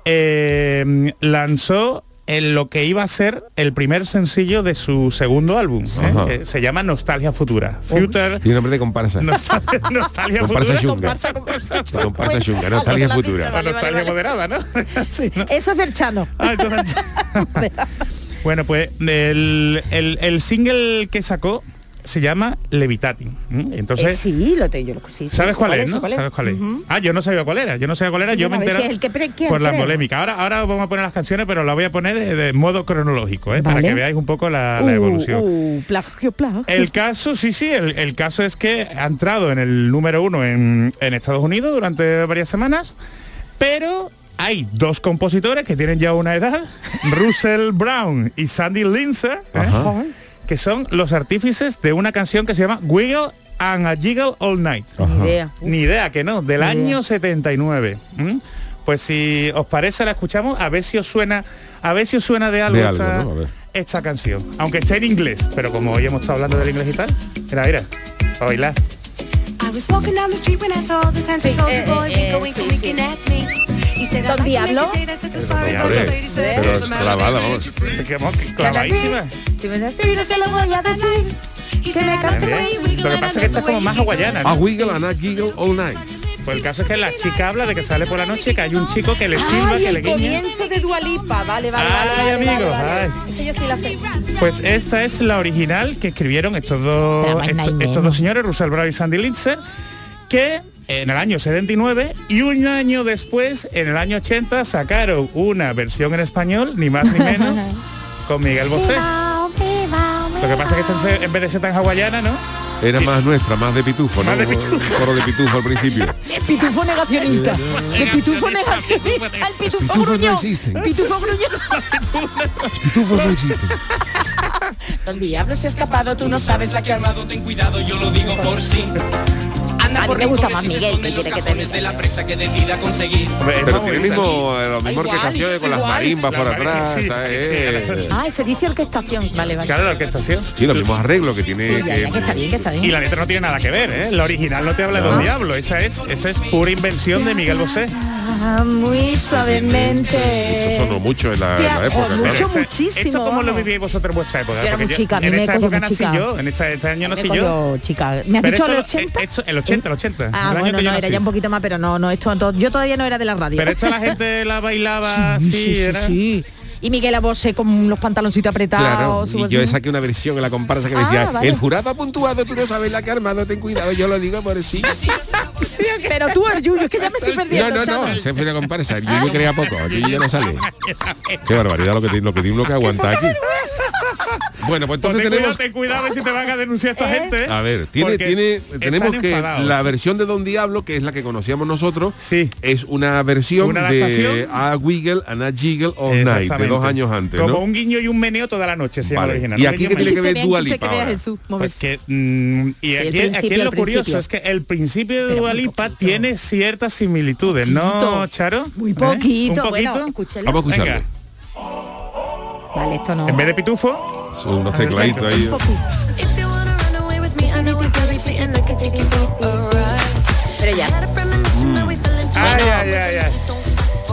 Speaker 7: eh, lanzó en lo que iba a ser el primer sencillo de su segundo álbum, ¿eh?
Speaker 2: Ajá.
Speaker 7: que se llama Nostalgia Futura. Future
Speaker 2: [laughs] Tiene nombre de comparsa.
Speaker 7: Nostalgia, nostalgia
Speaker 2: Comparsa
Speaker 7: futura.
Speaker 2: chunga.
Speaker 7: Comparsa, comparsa,
Speaker 2: Comparsa chunga, nostalgia
Speaker 7: Lo que
Speaker 2: futura.
Speaker 7: lo has
Speaker 2: Vale,
Speaker 7: dicho, nostalgia moderada, ¿no? [laughs] Ah, Sí, ¿no?
Speaker 4: Eso es del Chano.
Speaker 7: [laughs] Bueno, pues el, el- el single que sacó se llama Levitating. ¿m? Entonces,
Speaker 4: Eh, sí, lo tengo, yo lo sí, sí,
Speaker 7: ¿sabes
Speaker 4: sé
Speaker 7: cuál es? no?
Speaker 4: sé
Speaker 7: ¿Sabes cuál es?
Speaker 4: Ujú.
Speaker 7: Ah, yo no sabía cuál era. Yo no sabía cuál era.
Speaker 4: Sí,
Speaker 7: yo me
Speaker 4: a ver si
Speaker 7: enteré
Speaker 4: es el que pre- que
Speaker 7: por la
Speaker 4: creo.
Speaker 7: polémica. Ahora, ahora vamos a poner las canciones, pero las voy a poner eh, de modo cronológico, ¿eh? para que veáis un poco la, la
Speaker 4: Uh,
Speaker 7: evolución.
Speaker 4: uh, plagio, plagio.
Speaker 7: El caso, sí, sí, el, el caso es que ha entrado en el número uno en, en Estados Unidos durante varias semanas, pero hay dos compositores que tienen ya una edad, Russell Brown y Sandy Lindsay, ¿eh?
Speaker 2: Ajá.
Speaker 7: que son los artífices de una canción que se llama Wiggle and a Jiggle All Night.
Speaker 4: Ni idea.
Speaker 7: Ni idea que no, del
Speaker 4: Ni
Speaker 7: año
Speaker 4: idea.
Speaker 7: 79. ¿m? Pues si os parece la escuchamos, a ver si os suena, a ver si os suena de algo,
Speaker 2: De algo,
Speaker 7: esta,
Speaker 2: ¿no? A ver.
Speaker 7: esta canción. Aunque esté en inglés, pero como hoy hemos estado hablando del inglés y tal, era, era, para bailar.
Speaker 13: I was walking down the street when I saw the
Speaker 4: Sí,
Speaker 13: dancing soldier
Speaker 4: eh,
Speaker 13: boy
Speaker 4: eh, eh,
Speaker 13: winking, winking,
Speaker 4: sí,
Speaker 13: winking
Speaker 4: sí.
Speaker 13: at me. He said,
Speaker 4: Don
Speaker 13: I'd like to
Speaker 4: Diablo.
Speaker 13: make a date. I said, "I'm sorry, but
Speaker 2: Pero,
Speaker 13: the
Speaker 2: hombre,
Speaker 13: lady said,
Speaker 2: pero es
Speaker 13: "What's the matter,
Speaker 2: clavada,
Speaker 13: baby?"
Speaker 2: vamos.
Speaker 7: Que, vamos, que clavadísima.
Speaker 4: Si me das- Sí, no se lo voy a decir. Que me cante
Speaker 7: También.
Speaker 4: muy-
Speaker 7: Lo que pasa es que esta es como más hawaiana. ¿no?
Speaker 2: A wiggle and a giggle all night.
Speaker 7: Pues el caso es que la chica habla de que sale por la noche, que hay un chico que le silba,
Speaker 3: Ay,
Speaker 7: que le
Speaker 3: el
Speaker 7: guiña.
Speaker 3: comienzo de Dualipa, vale, vale.
Speaker 7: Ay,
Speaker 3: vale, vale,
Speaker 7: amigos,
Speaker 3: vale, vale.
Speaker 7: ay.
Speaker 3: Es que yo sí la sé.
Speaker 7: Pues esta es la original que escribieron estos dos,
Speaker 3: Pero más
Speaker 7: esto-
Speaker 3: nada y
Speaker 7: estos
Speaker 3: menos.
Speaker 7: dos señores, Russell Brown y Sandy Lindsay, que en el año 79 y un año después, en el año 80, sacaron una versión en español, ni más ni menos, con Miguel Bosé. Lo que pasa es que esta se- en vez de ser tan hawaiana, ¿no?
Speaker 2: Era más nuestra, más de pitufo, ¿no? Un Coro de pitufo al principio.
Speaker 4: Pitufo negacionista. De pitufo negacionista. El pitufo
Speaker 2: Pitufos no
Speaker 4: gruñón.
Speaker 2: existen.
Speaker 4: Pitufo gruñón.
Speaker 2: Pitufos no existen.
Speaker 14: Donde diablo se ha escapado, tú no sabes la que ha armado, ten cuidado, yo lo digo por sí. Anda
Speaker 4: A mí
Speaker 14: por
Speaker 4: me gusta
Speaker 14: rincones
Speaker 4: más
Speaker 14: y se
Speaker 4: Miguel,
Speaker 14: esconde
Speaker 4: que
Speaker 14: en los
Speaker 4: quiere que te
Speaker 14: cajones
Speaker 4: diga.
Speaker 14: de la presa que decida conseguir.
Speaker 2: Pero tiene mismo, eh, lo mejor que
Speaker 4: Igual,
Speaker 2: canciones con las
Speaker 4: igual.
Speaker 2: marimbas por
Speaker 7: Las marimbas,
Speaker 2: atrás,
Speaker 7: sí,
Speaker 2: ¿sabes?
Speaker 7: sí,
Speaker 4: Ah, se dice orquestación. Vale, vale.
Speaker 7: Claro, la orquestación.
Speaker 2: Sí, los mismos arreglos que tiene.
Speaker 4: Sí, ya, ya, que está bien, que está bien.
Speaker 7: Y la letra no tiene nada que ver, ¿eh? La original no te habla de un
Speaker 2: No.
Speaker 7: diablo. Esa es, esa es pura invención de Miguel Bosé.
Speaker 4: Ah, muy
Speaker 2: Eso
Speaker 4: suavemente.
Speaker 2: sonó mucho ¿eh? en la, en la
Speaker 4: Tía,
Speaker 2: época,
Speaker 4: oh,
Speaker 2: claro.
Speaker 4: mucho,
Speaker 7: Esto-
Speaker 4: muchísimo,
Speaker 7: ¿Esto cómo lo
Speaker 4: vamos.
Speaker 7: vivíais vosotros en vuestra época?
Speaker 4: Yo era muy
Speaker 7: Porque
Speaker 4: chica, a mí
Speaker 7: en
Speaker 4: me
Speaker 7: esta
Speaker 4: cogió
Speaker 7: época
Speaker 4: muy
Speaker 7: nací
Speaker 4: chica.
Speaker 7: yo, en esta, este año
Speaker 4: Me
Speaker 7: nací
Speaker 4: cogió
Speaker 7: yo.
Speaker 4: chica. ¿Me
Speaker 7: Pero
Speaker 4: has dicho
Speaker 7: esto
Speaker 4: el
Speaker 7: lo-
Speaker 4: 80?
Speaker 7: esto- el 80, el 80.
Speaker 4: Ah,
Speaker 7: el año
Speaker 4: bueno,
Speaker 7: que yo
Speaker 4: no, era
Speaker 7: nací.
Speaker 4: ya un poquito más, pero no, no, esto entonces- yo todavía no era de la radio.
Speaker 7: Pero esta la gente la bailaba así, era... [laughs]
Speaker 4: Y Miguel Abose con los pantaloncitos
Speaker 2: Claro,
Speaker 4: apretados. su
Speaker 2: y yo
Speaker 4: bolsita.
Speaker 2: saqué una versión en la comparsa que
Speaker 4: Ah,
Speaker 2: decía,
Speaker 4: vale.
Speaker 2: el jurado ha puntuado, tú no sabes la que ha armado, ten cuidado, yo lo digo por
Speaker 4: [laughs]
Speaker 2: sí.
Speaker 4: Pero tú, el Yuyu, es que ya me estoy
Speaker 2: No,
Speaker 4: perdiendo.
Speaker 2: no, no,
Speaker 4: chaval.
Speaker 2: se fue una comparsa, yo, yo creía poco, yo ya no sale. Qué barbaridad lo que, tiene- lo que tiene uno que aguanta aquí. Bueno, pues
Speaker 7: Pues
Speaker 2: entonces
Speaker 7: ten
Speaker 2: tenemos...
Speaker 7: cuidado, ten cuidado que si te van a denunciar esta gente. ¿eh?
Speaker 2: A ver, tiene,
Speaker 7: Porque
Speaker 2: tiene,
Speaker 7: están
Speaker 2: tenemos que
Speaker 7: enfadados.
Speaker 2: la versión de Don Diablo, que es la que conocíamos nosotros, es una versión
Speaker 7: Una
Speaker 2: de
Speaker 7: adaptación.
Speaker 2: A Wiggle and a Jiggle All Night, de dos
Speaker 7: Exactamente.
Speaker 2: años antes,
Speaker 7: Como
Speaker 2: ¿no?
Speaker 7: un guiño y un meneo toda la noche, se llama
Speaker 2: Vale.
Speaker 7: la original.
Speaker 2: ¿Y
Speaker 7: ¿no?
Speaker 2: aquí
Speaker 7: Un
Speaker 2: qué
Speaker 7: guiño
Speaker 2: tiene que ver
Speaker 7: meneo.
Speaker 2: Dua Lipa ahora?
Speaker 7: Pues que, mm, y
Speaker 4: el
Speaker 7: aquí, aquí
Speaker 4: principio,
Speaker 7: es
Speaker 4: el
Speaker 7: lo curioso,
Speaker 4: principio.
Speaker 7: es que el principio de
Speaker 4: Pero muy
Speaker 7: Dua Lipa tiene ciertas similitudes, ¿no,
Speaker 4: Poquito.
Speaker 7: Charo?
Speaker 4: Muy
Speaker 7: ¿Eh?
Speaker 4: poquito,
Speaker 7: ¿Un
Speaker 4: bueno,
Speaker 7: poquito?
Speaker 4: escúchelo. Vamos a escucharlo.
Speaker 7: Venga,
Speaker 4: Vale, esto no.
Speaker 7: En vez de pitufo,
Speaker 2: Son unos tecladitos ahí.
Speaker 4: Pero ya. Mm.
Speaker 7: Ay, ay, ay, ay.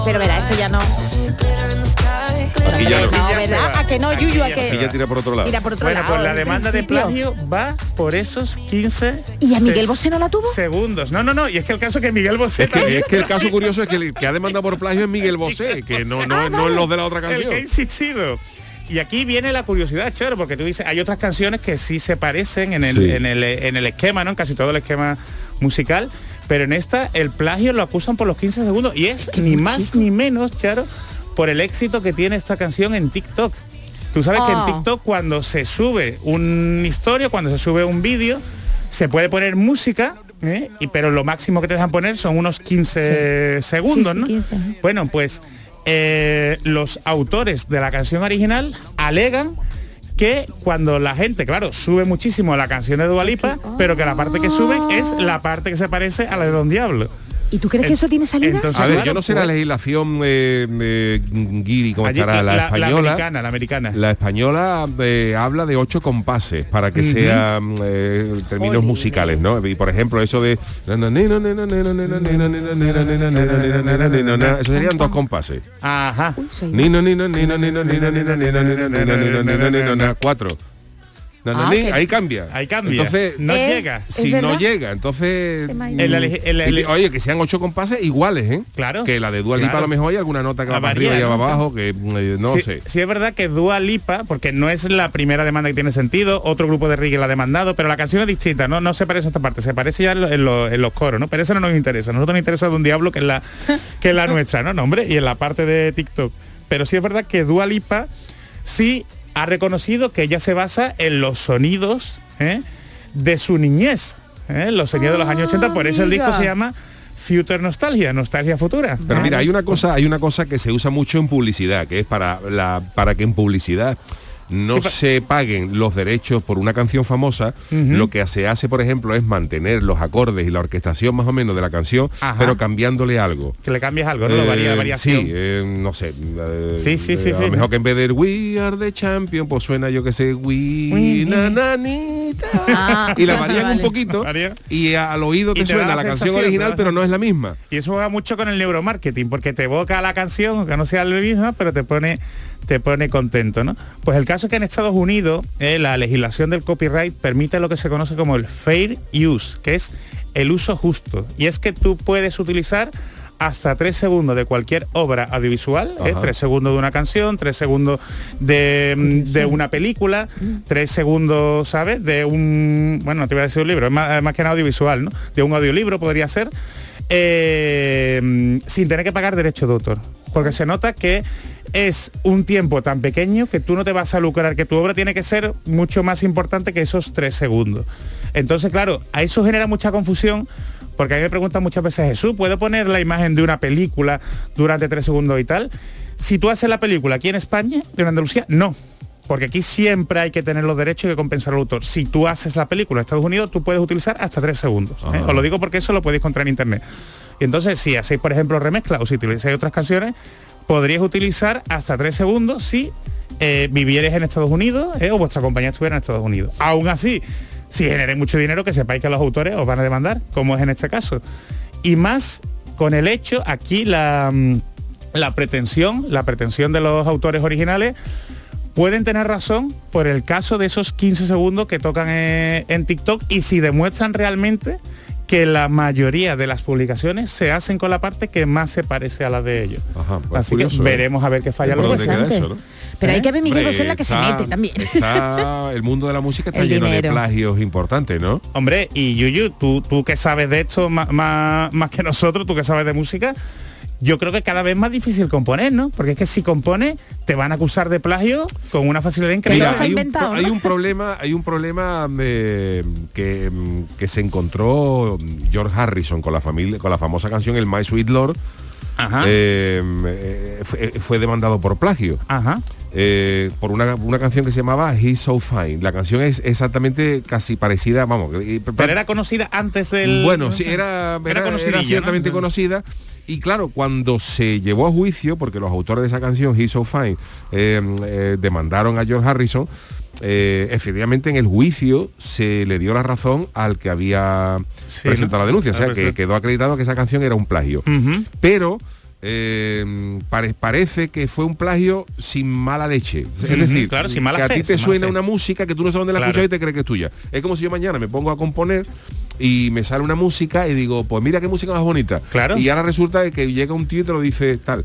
Speaker 4: Pero verá, esto ya no.
Speaker 2: Aquí ya no.
Speaker 4: No, ¿verdad? ¿A que no, Yuyu? ¿A
Speaker 2: Aquí ya
Speaker 4: que
Speaker 2: tira por otro lado.
Speaker 4: Tira por otro
Speaker 7: Bueno,
Speaker 4: lado.
Speaker 7: pues la
Speaker 4: al
Speaker 7: demanda de
Speaker 4: principio.
Speaker 7: plagio va por esos 15
Speaker 4: ¿Y a
Speaker 7: se-
Speaker 4: Miguel Bosé no la tuvo?
Speaker 7: segundos. No, no, no, y es que el caso que Miguel Bosé
Speaker 2: Es que,
Speaker 7: también-
Speaker 2: es que el caso curioso es que el que ha demandado por plagio es Miguel Bosé, que no,
Speaker 4: Ah,
Speaker 2: no, no es los de la otra
Speaker 7: El que ha
Speaker 2: canción.
Speaker 7: insistido. Y aquí viene la curiosidad, Charo, porque tú dices, hay otras canciones que sí se parecen en el,
Speaker 2: Sí.
Speaker 7: en el, en el esquema, ¿no? En casi todo el esquema musical. Pero en esta el plagio lo acusan por los 15 segundos. Y es, ni más ni menos, Charo, por el éxito que tiene esta canción en TikTok. Tú sabes que en
Speaker 4: Oh.
Speaker 7: TikTok cuando se sube un historia, cuando se sube un vídeo, se puede poner música, ¿eh? y, pero lo máximo que te dejan poner son unos 15 segundos,
Speaker 4: Sí, sí,
Speaker 7: ¿no?
Speaker 4: 15, ajá.
Speaker 7: Bueno, pues eh, los autores de la canción original alegan que cuando la gente, claro, sube muchísimo la canción de Dualipa, pero que la parte que suben es la parte que se parece a la de Don Diablo.
Speaker 4: ¿Y tú crees que
Speaker 7: En-
Speaker 4: eso tiene salida?
Speaker 7: entonces,
Speaker 2: A ver,
Speaker 7: claro,
Speaker 2: yo no sé la
Speaker 7: pues,
Speaker 2: legislación eh, eh, guiri, como
Speaker 7: allí-
Speaker 2: estará la, española.
Speaker 7: americana, la americana.
Speaker 2: La española eh, habla de ocho compases para que
Speaker 7: Ujú.
Speaker 2: sean eh, términos musicales, ¿no? Y por ejemplo, eso de... Eso serían dos compases.
Speaker 7: Ajá.
Speaker 4: Ah,
Speaker 2: Nino, nino, nino, nino, nino, nino, nino, nino, nino, nino, nino, nino, nino, Cuatro. No, no,
Speaker 4: Ah,
Speaker 2: ni-
Speaker 4: que-
Speaker 2: Ahí cambia.
Speaker 7: Ahí cambia.
Speaker 2: Entonces,
Speaker 7: no
Speaker 4: Eh,
Speaker 7: llega.
Speaker 4: ¿Es
Speaker 2: si no
Speaker 4: verdad?
Speaker 2: llega, entonces...
Speaker 4: Se me ha
Speaker 2: mm,
Speaker 4: ido.
Speaker 7: En la legi- en la-
Speaker 2: y que- Oye, que sean ocho compases iguales, ¿eh?
Speaker 7: Claro.
Speaker 2: Que la de Dual Lipa
Speaker 7: Claro.
Speaker 2: a lo mejor hay alguna nota que va
Speaker 7: Ah,
Speaker 2: para arriba y
Speaker 7: varía,
Speaker 2: va
Speaker 7: ¿no?
Speaker 2: para abajo, que eh, no
Speaker 7: sí,
Speaker 2: sé.
Speaker 7: sí es verdad que Dua Lipa, porque no es la primera demanda que tiene sentido, otro grupo de reggae la ha demandado, pero la canción es distinta, no no se parece a esta parte, se parece ya en, lo- en lo- en los coros, ¿no? Pero eso no nos interesa, a nosotros nos interesa Don Diablo, que es la, que es la nuestra, ¿no? No, hombre, y en la parte de TikTok. Pero sí es verdad que Dua Lipa sí ha reconocido que ella se basa en los sonidos ¿eh? de su niñez, ¿eh? los sonidos de los años 80, por eso el disco
Speaker 4: amiga.
Speaker 7: se llama Future Nostalgia, Nostalgia Futura.
Speaker 2: Pero mira, hay una cosa, hay una cosa que se usa mucho en publicidad, que es para la para que en publicidad no
Speaker 7: Sí, pa-
Speaker 2: se paguen los derechos por una canción famosa,
Speaker 7: Ujú.
Speaker 2: lo que se hace, por ejemplo, es mantener los acordes y la orquestación más o menos de la canción,
Speaker 7: Ajá.
Speaker 2: pero cambiándole algo.
Speaker 7: Que le cambias algo, ¿no? Lo varía, la
Speaker 2: Eh,
Speaker 7: variación.
Speaker 2: Sí, eh, no sé. eh,
Speaker 7: Sí, sí, sí,
Speaker 2: A lo
Speaker 7: sí.
Speaker 2: mejor que en vez de We Are the Champion, pues suena yo que sé, We na, na, ni, ta.
Speaker 4: Ah,
Speaker 2: Y la varían
Speaker 4: vale.
Speaker 2: un poquito
Speaker 7: Varía.
Speaker 2: y a- al oído
Speaker 7: Y
Speaker 2: te
Speaker 7: te da
Speaker 2: suena
Speaker 7: la
Speaker 2: la canción
Speaker 7: sensación,
Speaker 2: original,
Speaker 7: ¿no?
Speaker 2: pero no es la misma.
Speaker 7: Y eso juega mucho con el neuromarketing, porque te evoca la canción, que no sea la misma, pero te pone, te pone contento, ¿no? Pues el caso es que en Estados Unidos eh, la legislación del copyright permite lo que se conoce como el fair use, que es el uso justo. Y es que tú puedes utilizar hasta tres segundos de cualquier obra audiovisual, eh,
Speaker 2: Ajá.
Speaker 7: tres segundos de una canción, tres segundos de, mm, de una película, tres segundos, ¿sabes? De un, bueno, no te voy a decir un libro, es más, más que nada audiovisual, ¿no? De un audiolibro podría ser, eh, mm, sin tener que pagar derechos de autor. Porque se nota que es un tiempo tan pequeño que tú no te vas a lucrar, que tu obra tiene que ser mucho más importante que esos tres segundos. Entonces, claro, a eso genera mucha confusión porque a mí me preguntan muchas veces, Jesús, ¿puedo poner la imagen de una película durante tres segundos y tal? Si tú haces la película aquí en España, en Andalucía, no. porque aquí siempre hay que tener los derechos y que compensar al autor. Si tú haces la película en Estados Unidos, tú puedes utilizar hasta tres segundos. ¿eh? Os lo digo porque eso lo podéis encontrar en internet. Y entonces, si hacéis, por ejemplo, remezcla o si utilizáis otras canciones, podríais utilizar hasta tres segundos si eh, vivierais en Estados Unidos eh, o vuestra compañía estuviera en Estados Unidos. Aún así, si generéis mucho dinero, que sepáis que los autores os van a demandar, como es en este caso. Y más con el hecho, aquí la, mm, la pretensión, la pretensión de los autores originales pueden tener razón por el caso de esos 15 segundos que tocan eh, en TikTok y si demuestran realmente que la mayoría de las publicaciones se hacen con la parte que más se parece a la de ellos.
Speaker 2: pues
Speaker 7: Así
Speaker 2: curioso, ¿eh?
Speaker 7: que veremos a ver qué falla
Speaker 2: ¿Por dónde queda
Speaker 7: jueces.
Speaker 2: eso, no?
Speaker 4: Pero hay que ver Miguel
Speaker 2: Hombre,
Speaker 4: Bosé en la que se
Speaker 2: está-
Speaker 4: mete también.
Speaker 2: está- el mundo de la música está
Speaker 7: El
Speaker 2: lleno de
Speaker 7: dinero.
Speaker 2: plagios importantes, ¿no?
Speaker 7: Hombre, y Yuyu, tú, tú que sabes de esto ma- ma- más, que nosotros, tú que sabes de música, yo creo que cada vez más difícil componer, ¿no? Porque es que si compones, te van a acusar de plagio con una facilidad increíble.
Speaker 2: Mira, hay, un, pro- hay un problema, hay un problema eh, que, mm, que se encontró mm, George Harrison con la familia, con la famosa canción El My Sweet Lord.
Speaker 7: Ah.
Speaker 2: Eh, eh, fue, fue demandado por plagio.
Speaker 7: Ajá.
Speaker 2: eh, por una, una canción que se llamaba He's So Fine. La canción es exactamente casi parecida, vamos. eh,
Speaker 7: Pero era conocida antes del...
Speaker 2: Bueno, sí, era, era,
Speaker 7: conocidilla,
Speaker 2: era ciertamente
Speaker 7: ¿no?
Speaker 2: conocida. Y claro, cuando se llevó a juicio, porque los autores de esa canción, He's So Fine, eh, eh, demandaron a George Harrison, eh, efectivamente en el juicio se le dio la razón al que había presentado
Speaker 7: ¿no?
Speaker 2: la denuncia. O sea,
Speaker 7: Al
Speaker 2: que
Speaker 7: Mm. presente.
Speaker 2: quedó acreditado que esa canción era un plagio. Pero eh, pare- parece que fue un plagio sin mala leche. Es
Speaker 7: Ujú,
Speaker 2: decir,
Speaker 7: claro, sin mala
Speaker 2: que a
Speaker 7: fe,
Speaker 2: ti te
Speaker 7: sin mala
Speaker 2: suena
Speaker 7: fe.
Speaker 2: una música que tú no sabes dónde la
Speaker 7: Claro.
Speaker 2: escuchas y te crees que es tuya. Es como si yo mañana me pongo a componer y me sale una música y digo, pues mira qué música más bonita.
Speaker 7: Claro.
Speaker 2: Y ahora resulta de que llega un tío y te lo dice tal.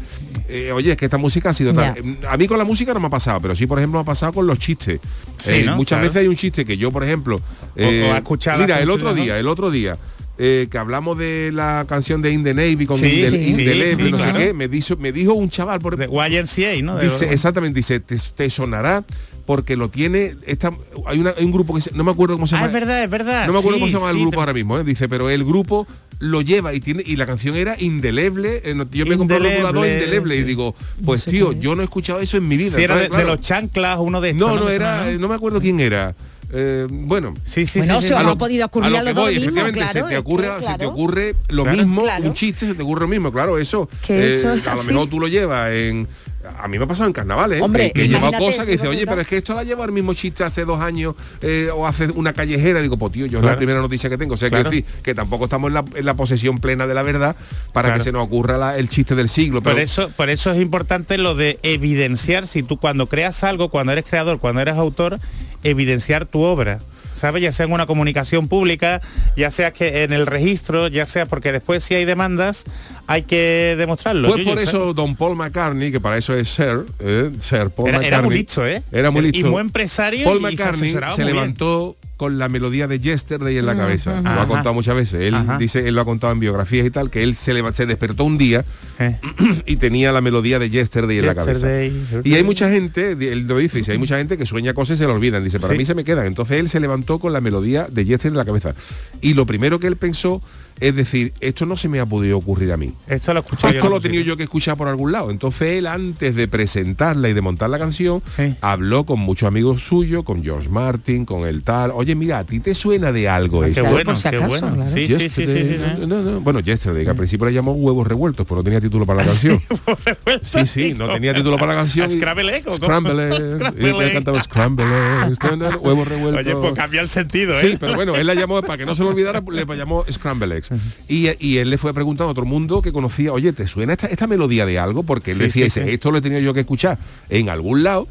Speaker 2: Eh, oye, es que esta música ha sido tal.
Speaker 7: Ya.
Speaker 2: Eh, A mí con la música no me ha pasado, pero sí, por ejemplo, me ha pasado con los chistes.
Speaker 7: Sí,
Speaker 2: Eh,
Speaker 7: ¿no?
Speaker 2: Muchas
Speaker 7: Claro.
Speaker 2: veces hay un chiste que yo, por ejemplo, eh,
Speaker 7: o ha escuchado
Speaker 2: mira,
Speaker 7: hace
Speaker 2: el
Speaker 7: un
Speaker 2: otro
Speaker 7: tiempo,
Speaker 2: día, el otro día. eh, que hablamos de la canción de In the Navy con
Speaker 7: Sí,
Speaker 2: In the-
Speaker 7: sí,
Speaker 2: In the
Speaker 7: sí,
Speaker 2: Navy,
Speaker 7: sí,
Speaker 2: no sé
Speaker 7: claro.
Speaker 2: qué, me dijo, me dijo un chaval por
Speaker 7: de YMCA, ¿no? De-
Speaker 2: Dice, exactamente, dice, te, te sonará porque lo tiene. Esta, hay, una- hay un grupo que se- no me acuerdo cómo se
Speaker 7: Ah,
Speaker 2: llama.
Speaker 7: es verdad, es verdad.
Speaker 2: No me acuerdo
Speaker 7: Sí,
Speaker 2: cómo se llama el
Speaker 7: sí,
Speaker 2: grupo
Speaker 7: te-
Speaker 2: ahora mismo, ¿eh? dice, pero el grupo lo lleva y tiene y la canción era indeleble. eh, no- Yo me compré un
Speaker 7: Indeleble.
Speaker 2: rotulador indeleble y digo, pues tío, yo no he escuchado eso en mi vida.
Speaker 7: Sí, era de-
Speaker 2: Entonces, claro,
Speaker 7: de los chanclas, uno de estos.
Speaker 2: no, no
Speaker 7: Que se
Speaker 2: era,
Speaker 7: llama,
Speaker 2: eh, no me acuerdo quién era. Eh, bueno,
Speaker 7: sí, sí,
Speaker 4: Bueno, sí, se os
Speaker 2: A
Speaker 4: ha
Speaker 2: lo-
Speaker 4: podido ocurrir
Speaker 2: lo
Speaker 4: a los
Speaker 2: que
Speaker 4: dos
Speaker 2: voy,
Speaker 4: mismo,
Speaker 2: efectivamente,
Speaker 4: claro,
Speaker 2: se te
Speaker 4: es
Speaker 2: ocurre,
Speaker 4: que,
Speaker 2: se te
Speaker 4: claro.
Speaker 2: ocurre lo
Speaker 4: Claro.
Speaker 2: mismo,
Speaker 4: Claro.
Speaker 2: un chiste se te ocurre lo mismo, claro, eso. eh,
Speaker 4: Que eso es
Speaker 2: a lo
Speaker 4: así.
Speaker 2: mejor tú lo llevas en a mí me ha pasado en carnavales, ¿eh?
Speaker 4: Hombre,
Speaker 2: que, que he llevado
Speaker 4: imagínate,
Speaker 2: cosas que dice,
Speaker 4: digo,
Speaker 2: oye,
Speaker 4: claro.
Speaker 2: pero es que esto la llevo el mismo chiste hace dos años eh, o hace una callejera, digo, pues tío, yo es la
Speaker 7: Claro.
Speaker 2: primera noticia que tengo. O sea,
Speaker 7: Claro.
Speaker 2: que decir que tampoco estamos en la, en la posesión plena de la verdad para que se nos ocurra la- el chiste del siglo. Pero,
Speaker 7: Por eso, por eso es importante lo de evidenciar, si tú cuando creas algo, cuando eres creador, cuando eres autor, evidenciar tu obra. ¿Sabes? Ya sea en una comunicación pública, ya sea que en el registro, ya sea porque después si hay demandas, hay que demostrarlo.
Speaker 2: Pues
Speaker 7: Yuyu,
Speaker 2: por
Speaker 7: ¿sabes?
Speaker 2: eso Don Paul McCartney, que para eso es Sir, eh, Sir Paul
Speaker 7: Era-
Speaker 2: McCartney.
Speaker 7: era muy listo, ¿eh?
Speaker 2: Era muy
Speaker 7: Y
Speaker 2: listo.
Speaker 7: muy empresario
Speaker 2: Paul
Speaker 7: y se
Speaker 2: McCartney se,
Speaker 7: asesoraba muy bien.
Speaker 2: levantó con la melodía de Yesterday en la
Speaker 7: Ujú.
Speaker 2: cabeza. Lo ha
Speaker 7: Ajá.
Speaker 2: contado muchas veces. Él
Speaker 7: Ajá.
Speaker 2: dice, él lo ha contado en biografías y tal, que él se, leva- se despertó un día [clears throat]
Speaker 7: Eh,
Speaker 2: y tenía la melodía de Yesterday en
Speaker 7: Yesterday,
Speaker 2: la cabeza.
Speaker 7: yesterday.
Speaker 2: Y hay mucha gente, di- él lo dice, dice, hay mucha gente que sueña cosas y se le olvidan. Dice, para
Speaker 7: Sí.
Speaker 2: mí se me quedan. Entonces él se levantó con la melodía de Yesterday en la cabeza. Y lo primero que él pensó es decir, esto no se me ha podido ocurrir a mí.
Speaker 7: Esto lo escuché yo en
Speaker 2: Esto
Speaker 7: la
Speaker 2: lo he
Speaker 7: música.
Speaker 2: tenido yo que escuchar por algún lado. Entonces él antes de presentarla y de montar la canción, habló con muchos amigos suyos, con George Martin, con el tal. Oye, mira, a ti te suena de algo
Speaker 7: Ah, qué
Speaker 2: esto?"
Speaker 7: bueno, Por si qué acaso, bueno. claro. Sí, sí, sí, sí, ¿eh? sí,
Speaker 2: Yesterday- no, no, no. Bueno, Yesterday, que al principio le llamó huevos revueltos, pero no tenía título
Speaker 7: [laughs]
Speaker 2: para la canción. Sí, sí, no tenía título para la canción. y-
Speaker 7: Scramble Egg, ¿o cómo? [laughs]
Speaker 2: Scramble Egg.
Speaker 7: Scramble
Speaker 2: Y él cantaba
Speaker 7: [laughs]
Speaker 2: Scramble Egg, standard, huevos revueltos.
Speaker 7: Oye, pues cambia el sentido, ¿eh?
Speaker 2: Sí, pero bueno, él la llamó, para que no se lo olvidara, le llamó Scramble Eggs. Y, y él le fue preguntando a otro mundo que conocía, oye, ¿te suena esta, esta melodía de algo? Porque él
Speaker 7: Sí,
Speaker 2: decía,
Speaker 7: sí,
Speaker 2: dice,
Speaker 7: sí.
Speaker 2: esto lo he tenido yo que escuchar en algún lado.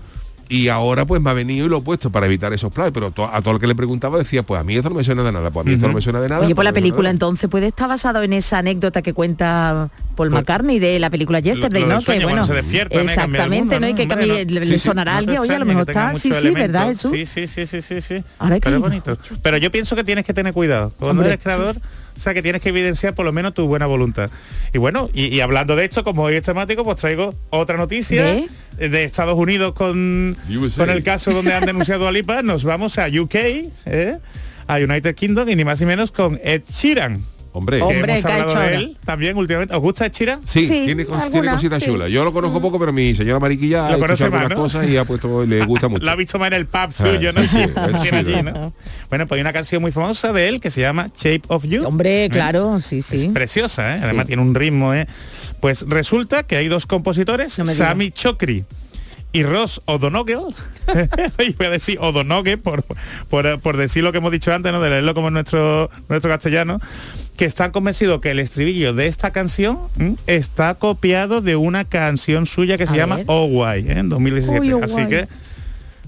Speaker 2: Y ahora pues me ha venido y lo he puesto para evitar esos planes, pero to- a todo el que le preguntaba decía, pues a mí esto no me suena de nada, pues a mí esto no me suena de nada. [laughs]
Speaker 4: [laughs] Oye, pues la
Speaker 2: pues, no me suena
Speaker 4: película
Speaker 2: de nada.
Speaker 4: entonces puede estar basado en esa anécdota que cuenta Paul McCartney de la película Yesterday,
Speaker 2: Pues lo del
Speaker 4: ¿no?
Speaker 2: sueño,
Speaker 4: que
Speaker 2: cuando se despierta, me cambia el
Speaker 4: exactamente,
Speaker 7: mundo,
Speaker 4: ¿no? Y
Speaker 7: ¿no?
Speaker 4: que
Speaker 7: Hombre,
Speaker 4: cambie-
Speaker 7: no.
Speaker 4: le,
Speaker 7: Sí, sí.
Speaker 4: le sonará a alguien, oye, a lo mejor está, sí, sí, ¿verdad, Jesús?
Speaker 7: Sí, sí, sí, sí, sí, sí.
Speaker 4: Ahora hay que
Speaker 7: Pero es
Speaker 4: ir.
Speaker 7: bonito. Pero yo pienso que tienes que tener cuidado. Cuando
Speaker 4: Hombre.
Speaker 7: eres creador, o sea, que tienes que evidenciar por lo menos tu buena voluntad. Y bueno, y, y hablando de esto, como hoy es temático, pues traigo otra noticia
Speaker 4: ¿De?
Speaker 7: eh, de Estados Unidos con,
Speaker 2: USA.
Speaker 7: con el caso donde han denunciado a Lipa. Nos vamos a UK, ¿eh? a United Kingdom y ni más ni menos con Ed Sheeran.
Speaker 2: Hombre.
Speaker 7: que
Speaker 2: Hombre,
Speaker 7: hemos hablado
Speaker 2: cachorra.
Speaker 7: de él también últimamente. ¿Os gusta Chira?
Speaker 2: Sí, tiene, cos- tiene cositas chulas. Yo lo conozco poco, pero mi señora Mariquilla
Speaker 7: Lo
Speaker 2: ha
Speaker 7: conoce
Speaker 2: escuchado
Speaker 7: más,
Speaker 2: algunas
Speaker 7: ¿no?
Speaker 2: cosas y ha puesto, le gusta mucho.
Speaker 7: Lo ha visto más en el pub
Speaker 2: Ah,
Speaker 7: suyo, ¿no?
Speaker 2: sí, sí,
Speaker 7: [laughs] Que
Speaker 2: sí,
Speaker 7: tiene allí,
Speaker 2: sí.
Speaker 7: ¿no? Bueno, pues hay una canción muy famosa de él que se llama Shape of You.
Speaker 3: Hombre, claro, sí, sí.
Speaker 7: Es preciosa, ¿eh? Además tiene un ritmo, ¿eh? Pues resulta que hay dos compositores,
Speaker 3: me digas.
Speaker 7: Sammy Chokri y Ross
Speaker 12: [laughs]
Speaker 7: O'Donoghue. [laughs] y voy a decir O'Donoghue por, por, por decir lo que hemos dicho antes, ¿no? De leerlo como nuestro, nuestro castellano que están convencidos que el estribillo de esta canción ¿m? está copiado de una canción suya que se
Speaker 12: A
Speaker 7: llama
Speaker 12: ver.
Speaker 7: Oh Why, ¿eh? en 2017.
Speaker 12: Uy, Oh
Speaker 7: Así
Speaker 12: Why.
Speaker 7: que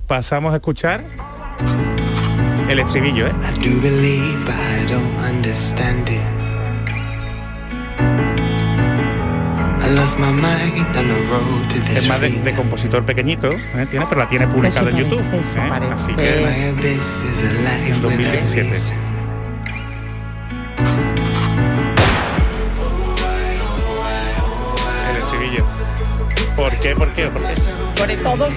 Speaker 7: pasamos a escuchar el estribillo, ¿eh?
Speaker 12: I do believe, but I don't understand it. I lost my mind on the road to
Speaker 7: Es
Speaker 12: this
Speaker 7: más de, de compositor pequeñito, ¿eh? tiene, pero la tiene publicada en YouTube. ¿eh? Así que
Speaker 12: My abyss is a
Speaker 7: en
Speaker 12: life without
Speaker 7: 2017.
Speaker 12: reason.
Speaker 7: El estribillo. ¿Por qué? ¿Por qué? ¿Por qué?
Speaker 3: Por el
Speaker 2: [laughs]
Speaker 3: todo.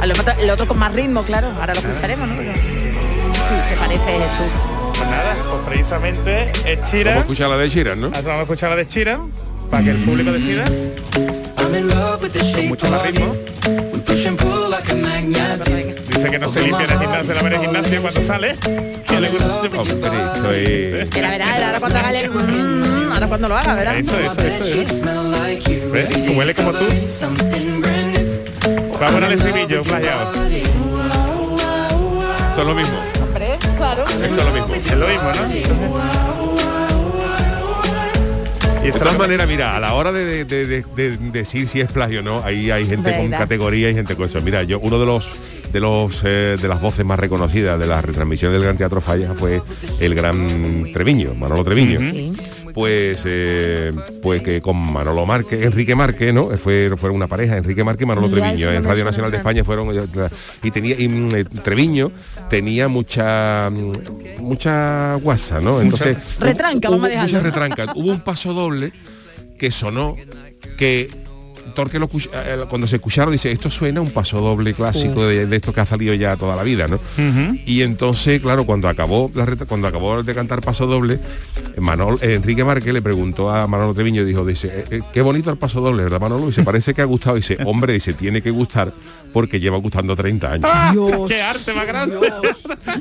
Speaker 3: A lo mejor El otro con más ritmo, claro. Ahora lo escucharemos, ¿no? Pero- Sí, se parece a Jesús.
Speaker 7: Pues nada, pues precisamente es
Speaker 2: Vamos a
Speaker 7: Chira. Ah,
Speaker 2: escuchar la de Sheeran, ¿no?
Speaker 7: Vamos a escuchar la de Chira para que el público decida. Con mucho más ritmo. Dice que no se limpia en el gimnasio, la ver en el gimnasio cuando sale. Que le gusta este poco.
Speaker 3: Que la verás, ahora cuando haga el... Mm, ahora cuando lo haga, verás.
Speaker 7: Eso, eso, eso, eso. ¿Ves? Que Huele como tú. Vamos al estribillo, flayado.
Speaker 2: Esto es lo mismo.
Speaker 3: Hombre,
Speaker 2: [laughs]
Speaker 3: claro.
Speaker 2: Esto es lo mismo.
Speaker 7: Es lo mismo,
Speaker 2: ¿no? de todas maneras, mira, a la hora de, de- de- de- de decir si es plagio o no, ahí hay gente con
Speaker 3: Verdad.
Speaker 2: categoría y gente con eso. Mira, yo uno de los de los eh, de las voces más reconocidas de las retransmisiones del Gran Teatro Falla fue el gran Treviño, Manolo Treviño. Pues eh, pues que con Manolo Márquez, Enrique Márquez, ¿no? Fue, fueron una pareja, Enrique Márquez y Manolo
Speaker 7: Ya, eso
Speaker 2: Treviño.
Speaker 7: no
Speaker 2: En
Speaker 7: me
Speaker 2: Radio
Speaker 7: suena
Speaker 2: Nacional de
Speaker 7: nada.
Speaker 2: España fueron ellos, la- y tenía y, mm, eh, Treviño tenía mucha mm, mucha guasa, ¿no? Entonces hubo-
Speaker 3: Retranca, vamos a
Speaker 2: hubo mucha
Speaker 3: dejarlo.
Speaker 2: retranca. Hubo un paso doble que sonó que Torque lo escuch- eh, cuando se escucharon dice esto suena a un paso doble clásico de, de esto que ha salido ya toda la vida, ¿no? Y entonces, claro, cuando acabó la reta- cuando acabó de cantar paso doble, Manol, eh, Enrique Márquez le preguntó a Manolo Treviño, dijo, dice, "Eh, eh, qué bonito el paso doble, ¿verdad Manolo? Y se parece que ha gustado. Y dice, hombre, y se tiene que gustar porque lleva gustando 30 años.
Speaker 7: ¡Ah! ¡Qué arte más grande!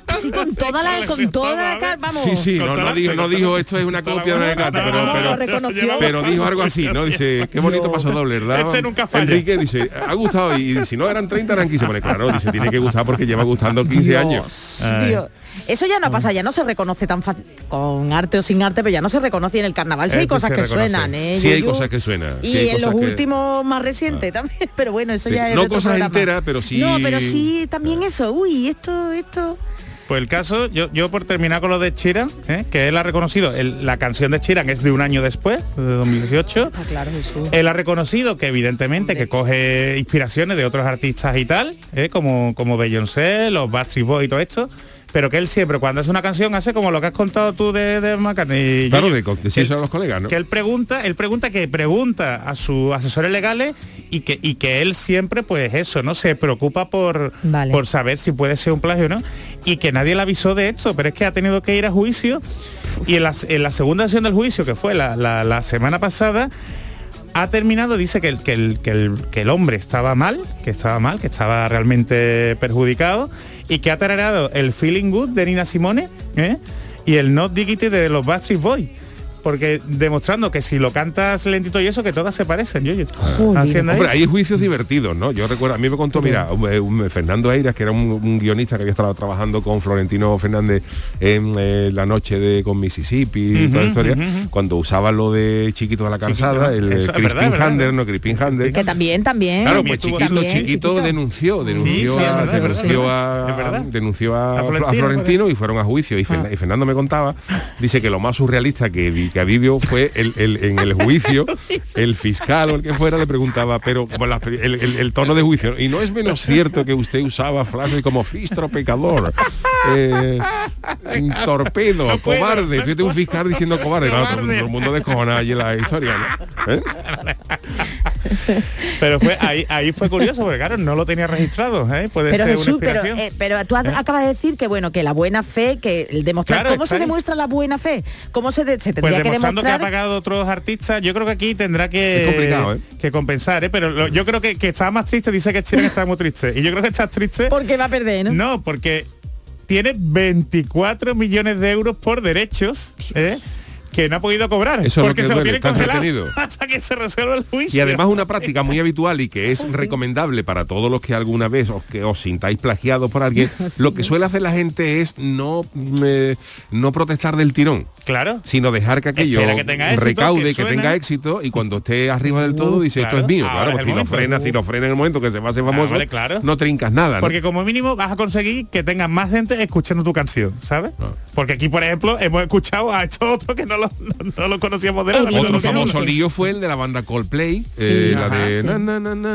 Speaker 3: Así con toda la... Con toda la... cal- Ah, Vamos.
Speaker 2: ¿eh? Sí, sí, no, no dijo, no dijo esto es una copia de una cata, pero, pero-
Speaker 3: lo reconoció.
Speaker 2: [laughs] pero dijo algo así, ¿no? Dice, qué bonito paso doble, ¿verdad?
Speaker 7: Este nunca falla.
Speaker 2: Enrique dice, ha gustado y, y si no eran 30 eran 15, Bueno, claro, dice, tiene que gustar porque lleva gustando 15 años.
Speaker 3: Tío, eso ya no pasa, ya no se reconoce tan fácil, con arte o sin arte, pero ya no se reconoce y en el carnaval sí hay
Speaker 2: Esto
Speaker 3: cosas
Speaker 2: se
Speaker 3: que
Speaker 2: reconoce.
Speaker 3: suenan, ¿eh?
Speaker 2: Sí hay
Speaker 3: Yuyu?
Speaker 2: cosas que suenan.
Speaker 3: Y
Speaker 2: sí hay
Speaker 3: en los
Speaker 2: cosas que- Ah.
Speaker 3: últimos más recientes también, pero bueno, eso
Speaker 2: Sí,
Speaker 3: ya es
Speaker 2: no
Speaker 3: de otro
Speaker 2: cosas
Speaker 3: programa.
Speaker 2: enteras, pero sí-
Speaker 3: No, pero sí también eso. Uy, esto, esto.
Speaker 7: Pues el caso, yo, yo por terminar con lo de Chira, ¿eh? que él ha reconocido, el- la canción de Chira, que es de un año después, de 2018,
Speaker 3: Está claro, Jesús.
Speaker 7: Él ha reconocido que evidentemente que coge inspiraciones de otros artistas y tal, ¿eh? como, como Beyoncé, los Backstreet Boys y todo esto, pero que él siempre cuando hace una canción hace como lo que has contado tú de, de McCartney.
Speaker 2: Claro,
Speaker 7: Yuyu,
Speaker 2: de, con- decir eso a los colegas, ¿no?
Speaker 7: Que él pregunta, él pregunta que pregunta a sus asesores legales y que, y que él siempre, pues eso, ¿no? Se preocupa por,
Speaker 3: Vale.
Speaker 7: por saber si puede ser un plagio o no. Y que nadie le avisó de esto, pero es que ha tenido que ir a juicio. Y en la, en la segunda sesión del juicio, que fue la- la- la semana pasada, ha terminado, dice que el, que, el, que, el, que el hombre estaba mal, que estaba mal, que estaba realmente perjudicado y que ha tarareado el Feeling Good de Nina Simone ¿eh? y el Not Diggity de los Backstreet Boys. Porque demostrando que si lo cantas lentito y eso, que todas se parecen, yo,
Speaker 3: Ah.
Speaker 7: Haciendo ahí.
Speaker 2: Hombre, hay juicios divertidos, ¿no? Yo recuerdo, a mí me contó, mira, un- eh, un- Fernando Eiras, que era un, un guionista que había estado trabajando con Florentino Fernández en eh, la noche de con Mississippi y toda
Speaker 15: Ujú,
Speaker 2: la historia,
Speaker 15: ujú,
Speaker 2: cuando usaba lo de Chiquito de la
Speaker 15: Chiquito,
Speaker 2: Calzada,
Speaker 15: ¿no?
Speaker 2: el eh,
Speaker 15: Eso es
Speaker 2: Crispin
Speaker 15: verdad, es verdad.
Speaker 2: Hander, no, Crispin Hander.
Speaker 3: Que también, también.
Speaker 2: Eh, Claro, pues chiquito,
Speaker 3: También,
Speaker 2: chiquito, denunció, denunció,
Speaker 7: Sí, sí, es
Speaker 2: a,
Speaker 7: verdad, es
Speaker 2: denunció
Speaker 7: verdad.
Speaker 2: a-
Speaker 7: Es verdad.
Speaker 2: denunció a, Fl- a
Speaker 7: A Florentino, ¿eh? Ah.
Speaker 2: Florentino, y fueron a juicio. Y, Ferna- y Fernando me contaba, dice que lo más surrealista que, vi- que vivió fue el, el- en el juicio, el fiscal o el que fuera le preguntaba, pero como la- el, el- el tono de juicio. Y no es menos cierto que usted usaba frases como fistro pecador. eh, un torpedo, cobarde, fíjate un fiscal diciendo cobarde, Claro, todo, todo el mundo descojonado allí en la historia, ¿no? ¿Eh?
Speaker 7: Pero fue ahí, ahí fue curioso, porque claro, no lo tenía registrado, ¿eh? Puede
Speaker 3: pero
Speaker 7: ser
Speaker 3: Jesús,
Speaker 7: una
Speaker 3: pero,
Speaker 7: inspiración.
Speaker 3: eh, pero tú has- acabas de decir que bueno, que la buena fe, que el demostrar
Speaker 7: Claro,
Speaker 3: cómo se
Speaker 7: exacto.
Speaker 3: demuestra la buena fe, cómo se, de- se
Speaker 7: Pues
Speaker 3: tendría que
Speaker 7: demostrando que, ha
Speaker 3: demostrar.
Speaker 7: pagado otros artistas, yo creo que aquí tendrá
Speaker 2: Es complicado,
Speaker 7: que,
Speaker 2: ¿eh?
Speaker 7: que compensar, ¿eh? pero lo- yo creo que, que estaba más triste, dice que Chile estaba muy triste. Y yo creo que estás triste.
Speaker 3: Porque va a perder, ¿no?
Speaker 7: No, porque tiene 24 millones de euros por derechos ¿eh? que no ha podido cobrar.
Speaker 2: Eso es lo
Speaker 7: porque
Speaker 2: que
Speaker 7: se lo
Speaker 2: duele,
Speaker 7: tienen
Speaker 2: estás
Speaker 7: congelado
Speaker 2: retenido.
Speaker 7: [laughs] hasta que se resuelva el juicio.
Speaker 2: Y además una práctica muy habitual y que es recomendable para todos los que alguna vez os, que os sintáis plagiados por alguien, lo que suele hacer la gente es no, mm, eh, no protestar del tirón.
Speaker 7: Claro.
Speaker 2: Sino dejar que aquello
Speaker 7: Espera que tenga éxito,
Speaker 2: recaude,
Speaker 7: que
Speaker 2: que,
Speaker 7: suene.
Speaker 2: tenga éxito y cuando esté arriba del todo dice
Speaker 7: claro,
Speaker 2: esto es mío.
Speaker 7: ahora
Speaker 2: Claro,
Speaker 7: es
Speaker 2: pues
Speaker 7: el
Speaker 2: si lo
Speaker 7: momento.
Speaker 2: frena, si lo frena en el momento que se va a hacer famoso,
Speaker 7: hombre, claro.
Speaker 2: no trincas nada. ¿no?
Speaker 7: Porque como mínimo vas a conseguir que tengas más gente escuchando tu canción, ¿sabes?
Speaker 2: Ah.
Speaker 7: Porque aquí, por ejemplo, hemos escuchado a estos otros que no lo, no, no lo conocíamos de nada. pero
Speaker 2: Otro
Speaker 7: lo conocíamos.
Speaker 2: famoso lío fue el de la banda Coldplay, eh, la
Speaker 7: Ajá,
Speaker 2: de
Speaker 7: sí.
Speaker 2: na, na, na, na,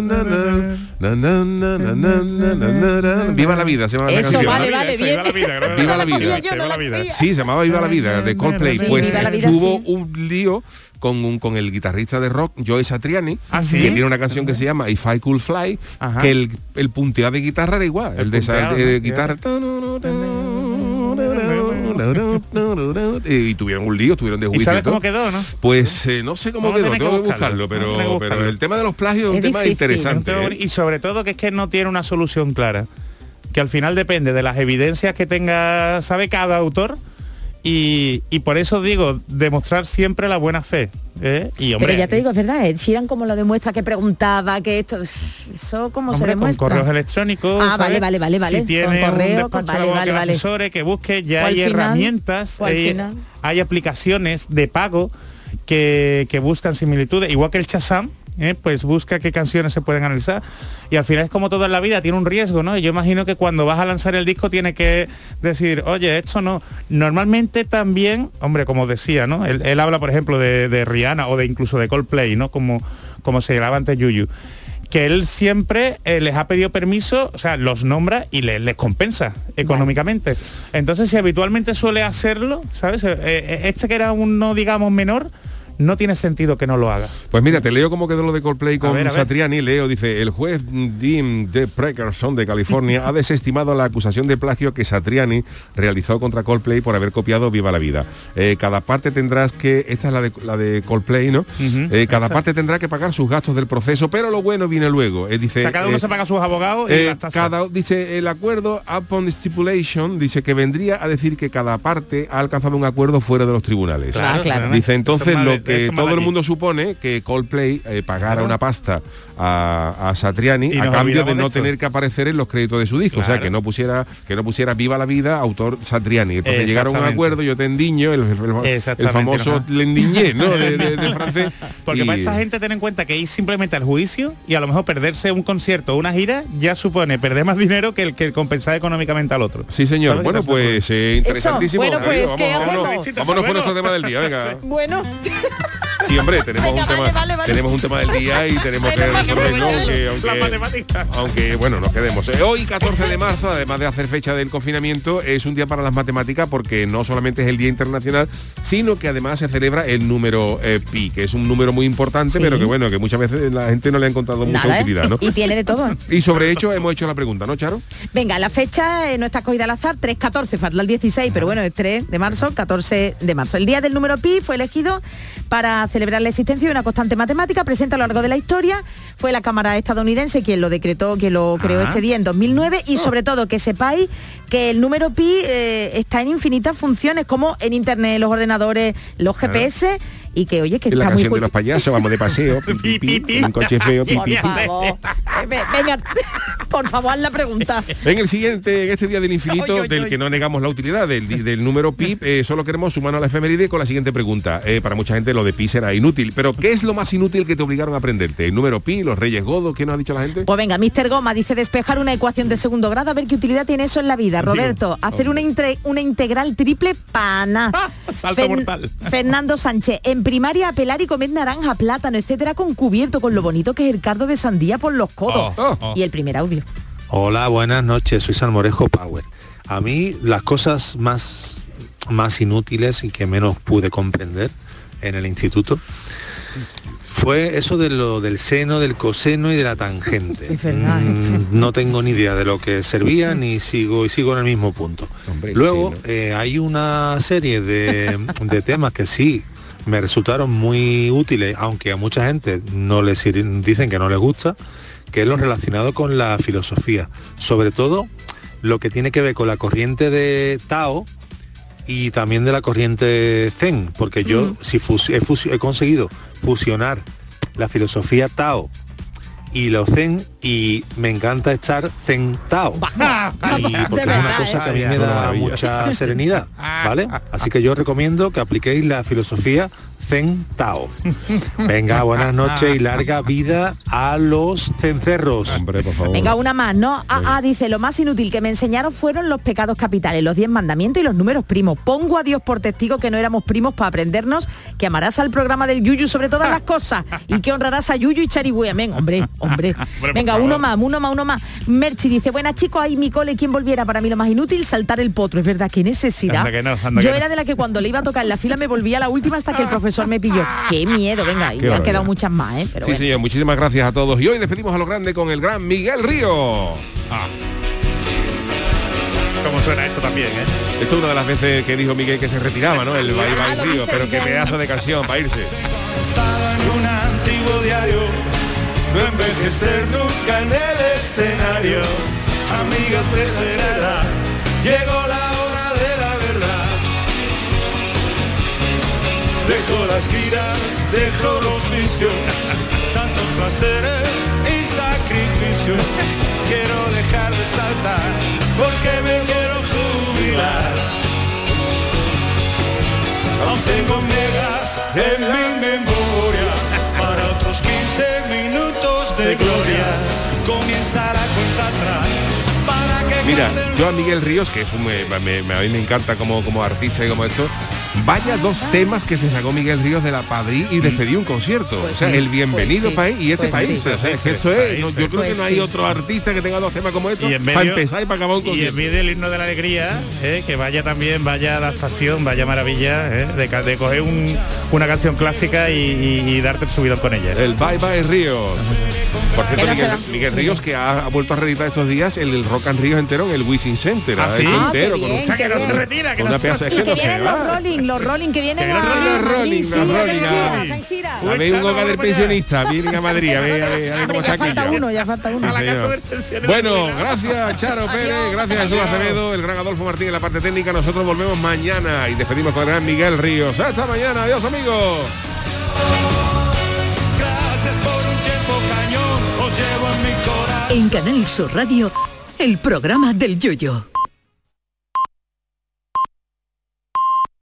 Speaker 2: na, na, na, na, na, na, na, na, na. Viva la vida, se llama la
Speaker 7: Eso,
Speaker 2: canción.
Speaker 7: vale, Viva la vale, vida, bien. esa, Viva la vida,
Speaker 2: Viva la
Speaker 7: creo que
Speaker 2: vida.
Speaker 7: era. Viva la vida.
Speaker 2: Sí, se llamaba Viva la vida de Coldplay.
Speaker 7: Sí,
Speaker 2: Pues
Speaker 7: Viva la vida,
Speaker 2: hubo
Speaker 7: sí.
Speaker 2: un lío con, un- con el guitarrista de rock, Joe Satriani,
Speaker 7: Ah, ¿sí?
Speaker 2: que tiene una canción que se llama If I Could Fly,
Speaker 7: Ajá.
Speaker 2: que el, el punteado de guitarra era igual, el, de esa
Speaker 7: punteado,
Speaker 2: eh,
Speaker 7: ¿no?
Speaker 2: guitarra eh, y tuvieron un lío, tuvieron de
Speaker 7: ¿Y
Speaker 2: juicio.
Speaker 7: sabes
Speaker 2: y todo.
Speaker 7: cómo quedó, no?
Speaker 2: Pues eh, no sé cómo
Speaker 7: Vamos a
Speaker 2: quedó,
Speaker 7: tener que
Speaker 2: tengo que buscarlo,
Speaker 7: buscarlo, vamos a tener
Speaker 2: pero,
Speaker 7: que
Speaker 2: pero
Speaker 7: buscarlo.
Speaker 2: el tema de los plagios es un tema interesante. ¿eh?
Speaker 7: Y sobre todo que es que no tiene una solución clara. Que al final depende de las evidencias que tenga, sabe cada autor. Y, y por eso digo, demostrar siempre la buena fe. ¿eh? Y hombre,
Speaker 3: pero ya te digo, es verdad, Ed Sheeran como lo demuestra, que preguntaba, que esto, eso cómo se
Speaker 7: hombre, con
Speaker 3: demuestra.
Speaker 7: correos electrónicos.
Speaker 3: Ah, vale,
Speaker 7: ¿sabes?
Speaker 3: vale, vale, vale.
Speaker 7: Si
Speaker 3: Con
Speaker 7: tiene
Speaker 3: correo,
Speaker 7: un
Speaker 3: con-
Speaker 7: despacho de
Speaker 3: vale,
Speaker 7: abogados que
Speaker 3: vale,
Speaker 7: lo
Speaker 3: vale.
Speaker 7: asesore, que busque, ya
Speaker 3: O al
Speaker 7: hay
Speaker 3: final,
Speaker 7: herramientas,
Speaker 3: o al
Speaker 7: hay,
Speaker 3: final.
Speaker 7: hay aplicaciones de pago que, que buscan similitudes, igual que el Shazam. ¿eh? pues busca qué canciones se pueden analizar y al final es como todo en la vida tiene un riesgo no Y yo imagino que cuando vas a lanzar el disco tienes que decir oye esto no normalmente también hombre como decía no él, él habla por ejemplo de, de Rihanna o de incluso de Coldplay no como como se graba antes Yuyu que él siempre eh, les ha pedido permiso, o sea, los nombra y le- les compensa económicamente. Entonces, si habitualmente suele hacerlo, ¿sabes? Eh, eh, este que era uno, digamos, menor, no tiene sentido que no lo haga.
Speaker 2: Pues mira, te leo cómo quedó lo de Coldplay con
Speaker 7: ver, a ver.
Speaker 2: Satriani. Leo dice, el juez Dean de Preckerson de
Speaker 7: [laughs]
Speaker 2: California ha desestimado la acusación de plagio que Satriani realizó contra Coldplay por haber copiado Viva la Vida. Eh, cada parte tendrás que, esta es la de, la de Coldplay, ¿no? Eh, cada
Speaker 7: esa.
Speaker 2: parte tendrá que pagar sus gastos del proceso, pero lo bueno viene luego. Eh, dice,
Speaker 7: o sea, cada uno
Speaker 2: eh,
Speaker 7: se paga a sus abogados y
Speaker 2: eh,
Speaker 7: las tasas.
Speaker 2: cada, dice el acuerdo upon stipulation dice que vendría a decir que cada parte ha alcanzado un acuerdo fuera de los tribunales.
Speaker 7: Claro, Ah, claro.
Speaker 2: Dice
Speaker 7: Eso
Speaker 2: entonces
Speaker 7: es mal-
Speaker 2: lo que
Speaker 7: eso es mal
Speaker 2: todo el
Speaker 7: allí.
Speaker 2: mundo supone que Coldplay eh, pagara una pasta a, a Satriani
Speaker 7: Y
Speaker 2: a
Speaker 7: nos
Speaker 2: cambio de
Speaker 7: olvidamos de
Speaker 2: no
Speaker 7: esto.
Speaker 2: tener que aparecer en los créditos de su disco, o sea
Speaker 7: Claro.
Speaker 2: que no pusiera que no pusiera viva la vida autor Satriani. Entonces llegaron a un
Speaker 7: Exactamente.
Speaker 2: acuerdo, yo te endiño, el, el- el- el
Speaker 7: Exactamente,
Speaker 2: famoso
Speaker 7: ajá.
Speaker 2: le endiñé, ¿no? De, de- de francés.
Speaker 7: [laughs] Porque
Speaker 2: Y-
Speaker 7: para esta gente ten en cuenta que ir simplemente al juicio y a lo mejor perderse un concierto o una gira ya supone perder más dinero que el que el compensar económicamente al otro.
Speaker 2: Sí, señor.
Speaker 7: ¿Sabes?
Speaker 2: Bueno, pues eh, interesantísimo.
Speaker 7: Bueno,
Speaker 2: Darío.
Speaker 7: pues, ¿qué
Speaker 2: Vamos- vámonos-
Speaker 7: hacemos?
Speaker 2: vámonos con nuestro tema del día, venga.
Speaker 3: Bueno,
Speaker 2: [laughs] Sí, hombre, tenemos
Speaker 3: Venga,
Speaker 2: un tema,
Speaker 3: vale, vale, vale.
Speaker 2: tenemos un tema del día y tenemos que
Speaker 3: Bueno, venga,
Speaker 2: resolverlo,
Speaker 3: venga,
Speaker 7: [laughs]
Speaker 2: aunque,
Speaker 7: venga. Las
Speaker 2: aunque, aunque, bueno, nos quedemos. Eh, Hoy 14 de marzo, además de hacer fecha del confinamiento, es un día para las matemáticas porque no solamente es el Día Internacional, sino que además se celebra el número eh, pi, que es un número muy importante, pero que bueno, que muchas veces la gente no le ha encontrado
Speaker 3: nada,
Speaker 2: mucha
Speaker 3: ¿eh?
Speaker 2: utilidad, ¿no?
Speaker 3: [laughs] Y tiene de
Speaker 2: [laughs]
Speaker 3: todo.
Speaker 2: Y sobre hecho hemos hecho la pregunta, ¿no, Charo?
Speaker 3: Venga, la fecha eh, no está escogida al azar, 3-14, falta el 16, pero bueno, es 3 de marzo, 14 de marzo. El día del número pi fue elegido para celebrar la existencia de una constante matemática presente a lo largo de la historia. Fue la Cámara estadounidense quien lo decretó, quien lo creó
Speaker 16: Ah.
Speaker 3: este día en 2009 y sobre todo que sepáis que el número pi eh, está en infinitas funciones, como en Internet, los ordenadores, los
Speaker 2: Claro.
Speaker 3: GPS. Y que oye que
Speaker 2: Es la
Speaker 3: está muy
Speaker 2: canción de los
Speaker 3: cuchi-
Speaker 2: payasos, vamos de paseo, pi, pi, pi, un coche feo, pi,
Speaker 3: Por
Speaker 2: pi, pi.
Speaker 3: favor. Ve- Venga, [laughs] por favor, haz la pregunta.
Speaker 2: En el siguiente, en este día del infinito, del que no negamos la utilidad, del, di- del número pi, eh, solo queremos sumarnos a la efeméride con la siguiente pregunta. Eh, para mucha gente lo de pi será inútil, pero ¿qué es lo más inútil que te obligaron a aprenderte? ¿El número pi, los reyes godos? ¿Qué nos ha dicho la gente?
Speaker 3: Pues venga, Mr. Goma dice despejar una ecuación de segundo grado, a ver qué utilidad tiene eso en la vida. Roberto, hacer una, inte- una integral triple pana.
Speaker 8: Ah,
Speaker 7: salto mortal.
Speaker 3: Fernando Sánchez, en primaria apelar y comer naranja, plátano, etcétera, con cubierto, con lo bonito que es el cardo de sandía por los codos.
Speaker 8: Oh, oh.
Speaker 3: Y el primer audio.
Speaker 8: Hola, buenas noches, soy Salmorejo Power. A mí las cosas más, más inútiles y que menos pude comprender en el instituto fue eso de lo del seno, del coseno y de la tangente.
Speaker 17: Es verdad. ¿eh?
Speaker 8: Mm, no tengo ni idea de lo que servía ni sigo y sigo en el mismo punto. Luego eh, hay una serie de, de temas que sí me resultaron muy útiles, aunque a mucha gente no les sir- dicen que no les gusta, que es lo relacionado con la filosofía, sobre todo lo que tiene que ver con la corriente de Tao y también de la corriente Zen, porque yo si fus- he, fus- he conseguido fusionar la filosofía Tao y los Zen y me encanta estar Zen Tao. Y porque es una cosa que a mí me da
Speaker 2: Maravilla.
Speaker 8: mucha serenidad, ¿vale? Así que yo os recomiendo que apliquéis la filosofía Zen Tao.
Speaker 6: [laughs]
Speaker 8: Venga, buenas noches y larga vida a los cencerros.
Speaker 2: Hombre, por favor.
Speaker 3: Venga, una más, ¿no? Ah, ah, dice, lo más inútil que me enseñaron fueron los pecados capitales, los diez mandamientos y los números primos. Pongo a Dios por testigo que no éramos primos para aprendernos que amarás al programa del Yuyu sobre todas las cosas y que honrarás a Yuyu y Charigüe. Amén, hombre, hombre.
Speaker 17: por
Speaker 3: Venga,
Speaker 17: favor.
Speaker 3: uno más, uno más, uno más. Merchi dice, buenas chicos, ahí mi cole, quien volviera para mí lo más inútil, saltar el potro. Es verdad, qué necesidad.
Speaker 7: Anda que no, anda
Speaker 3: Yo
Speaker 7: que no.
Speaker 3: era de la que cuando le iba a tocar en la fila me volvía la última hasta que el profesor me pilló. Qué miedo, venga, y
Speaker 2: Qué
Speaker 3: ya han
Speaker 2: barbaridad.
Speaker 3: quedado muchas más, ¿eh? Pero
Speaker 2: sí,
Speaker 3: bueno.
Speaker 2: señor, muchísimas gracias a todos. Y hoy despedimos a lo grande con el gran Miguel Río. Ah.
Speaker 7: Como suena esto también, ¿eh?
Speaker 2: Esto es una de las veces que dijo Miguel que se retiraba,
Speaker 7: [laughs]
Speaker 2: ¿no? El Bye
Speaker 7: Ah,
Speaker 2: Bye
Speaker 7: lo
Speaker 2: Río,
Speaker 7: dice
Speaker 2: pero qué
Speaker 7: Miguel.
Speaker 2: pedazo de canción para irse.
Speaker 6: un antiguo diario, no envejecer nunca en el escenario. Amigas de Sereda, llegó la hora de la verdad. Dejo las giras, dejo los vicios, tantos placeres y sacrificios. Quiero dejar de saltar porque me quiero jubilar. Aún tengo megas en mi memoria para otros 15 minutos de gloria. Comienza la cuenta atrás para que
Speaker 2: Mira,
Speaker 6: cuente el
Speaker 2: yo a Miguel Ríos, que es un, me, me- me- a mí me encanta como, como artista y como esto, vaya dos temas que se sacó Miguel Ríos de la Padrí y despedí un concierto. o sea,
Speaker 7: sí,
Speaker 2: el bienvenido
Speaker 7: pues sí,
Speaker 2: país y este
Speaker 7: pues
Speaker 2: país.
Speaker 7: sí. pues
Speaker 2: o sea, es que esto es, no, yo creo que no hay otro artista que tenga dos temas como estos
Speaker 7: Y en
Speaker 2: para
Speaker 7: medio-
Speaker 2: empezar y para acabar un
Speaker 7: Y
Speaker 2: concierto.
Speaker 7: en vez del himno de la alegría, eh, que vaya también, vaya adaptación, vaya maravilla, eh, de, ca- de coger un- una canción clásica y, y- y darte el subidón con ella. ¿eh?
Speaker 2: El Bye Bye Ríos. Por
Speaker 7: Que
Speaker 2: cierto,
Speaker 7: no se
Speaker 2: Miguel,
Speaker 7: va.
Speaker 2: Miguel Ríos que ha, ha vuelto a reeditar estos días el, el Rock and Ríos entero en el Wishing Center.
Speaker 7: ¿Ah,
Speaker 2: ha
Speaker 7: sí?
Speaker 2: hecho
Speaker 7: Ah,
Speaker 2: entero,
Speaker 7: qué
Speaker 2: con un-
Speaker 7: bien, O sea, que qué no se bien. retira, que
Speaker 2: Una
Speaker 7: no se-
Speaker 2: pedazo- es
Speaker 7: Y
Speaker 2: que
Speaker 7: que
Speaker 2: no se
Speaker 3: vienen
Speaker 2: va.
Speaker 3: los Rolling, los Rolling que vienen
Speaker 2: Que vienen
Speaker 3: a
Speaker 2: los Rolling,
Speaker 3: Madrid,
Speaker 2: los
Speaker 3: sí,
Speaker 2: Rolling,
Speaker 3: hacen gira,
Speaker 2: ahí.
Speaker 3: hacen gira.
Speaker 2: A ver un
Speaker 7: pues
Speaker 2: hogar del pensionista, vienen a Madrid, a ver, a ver, a ver cómo
Speaker 3: Hombre, ya
Speaker 2: está
Speaker 3: falta
Speaker 2: aquello.
Speaker 3: uno, ya falta uno.
Speaker 2: Sí, señor. Bueno, gracias Charo Pérez, gracias Jesús Acevedo, el gran Adolfo Martín en la parte técnica. Nosotros volvemos mañana y despedimos con el gran Miguel Ríos. Hasta mañana, adiós amigos.
Speaker 6: Gracias por un tiempo cañón, os llevo en mi corazón.
Speaker 5: En Canal Sur Radio, el programa del Yoyo.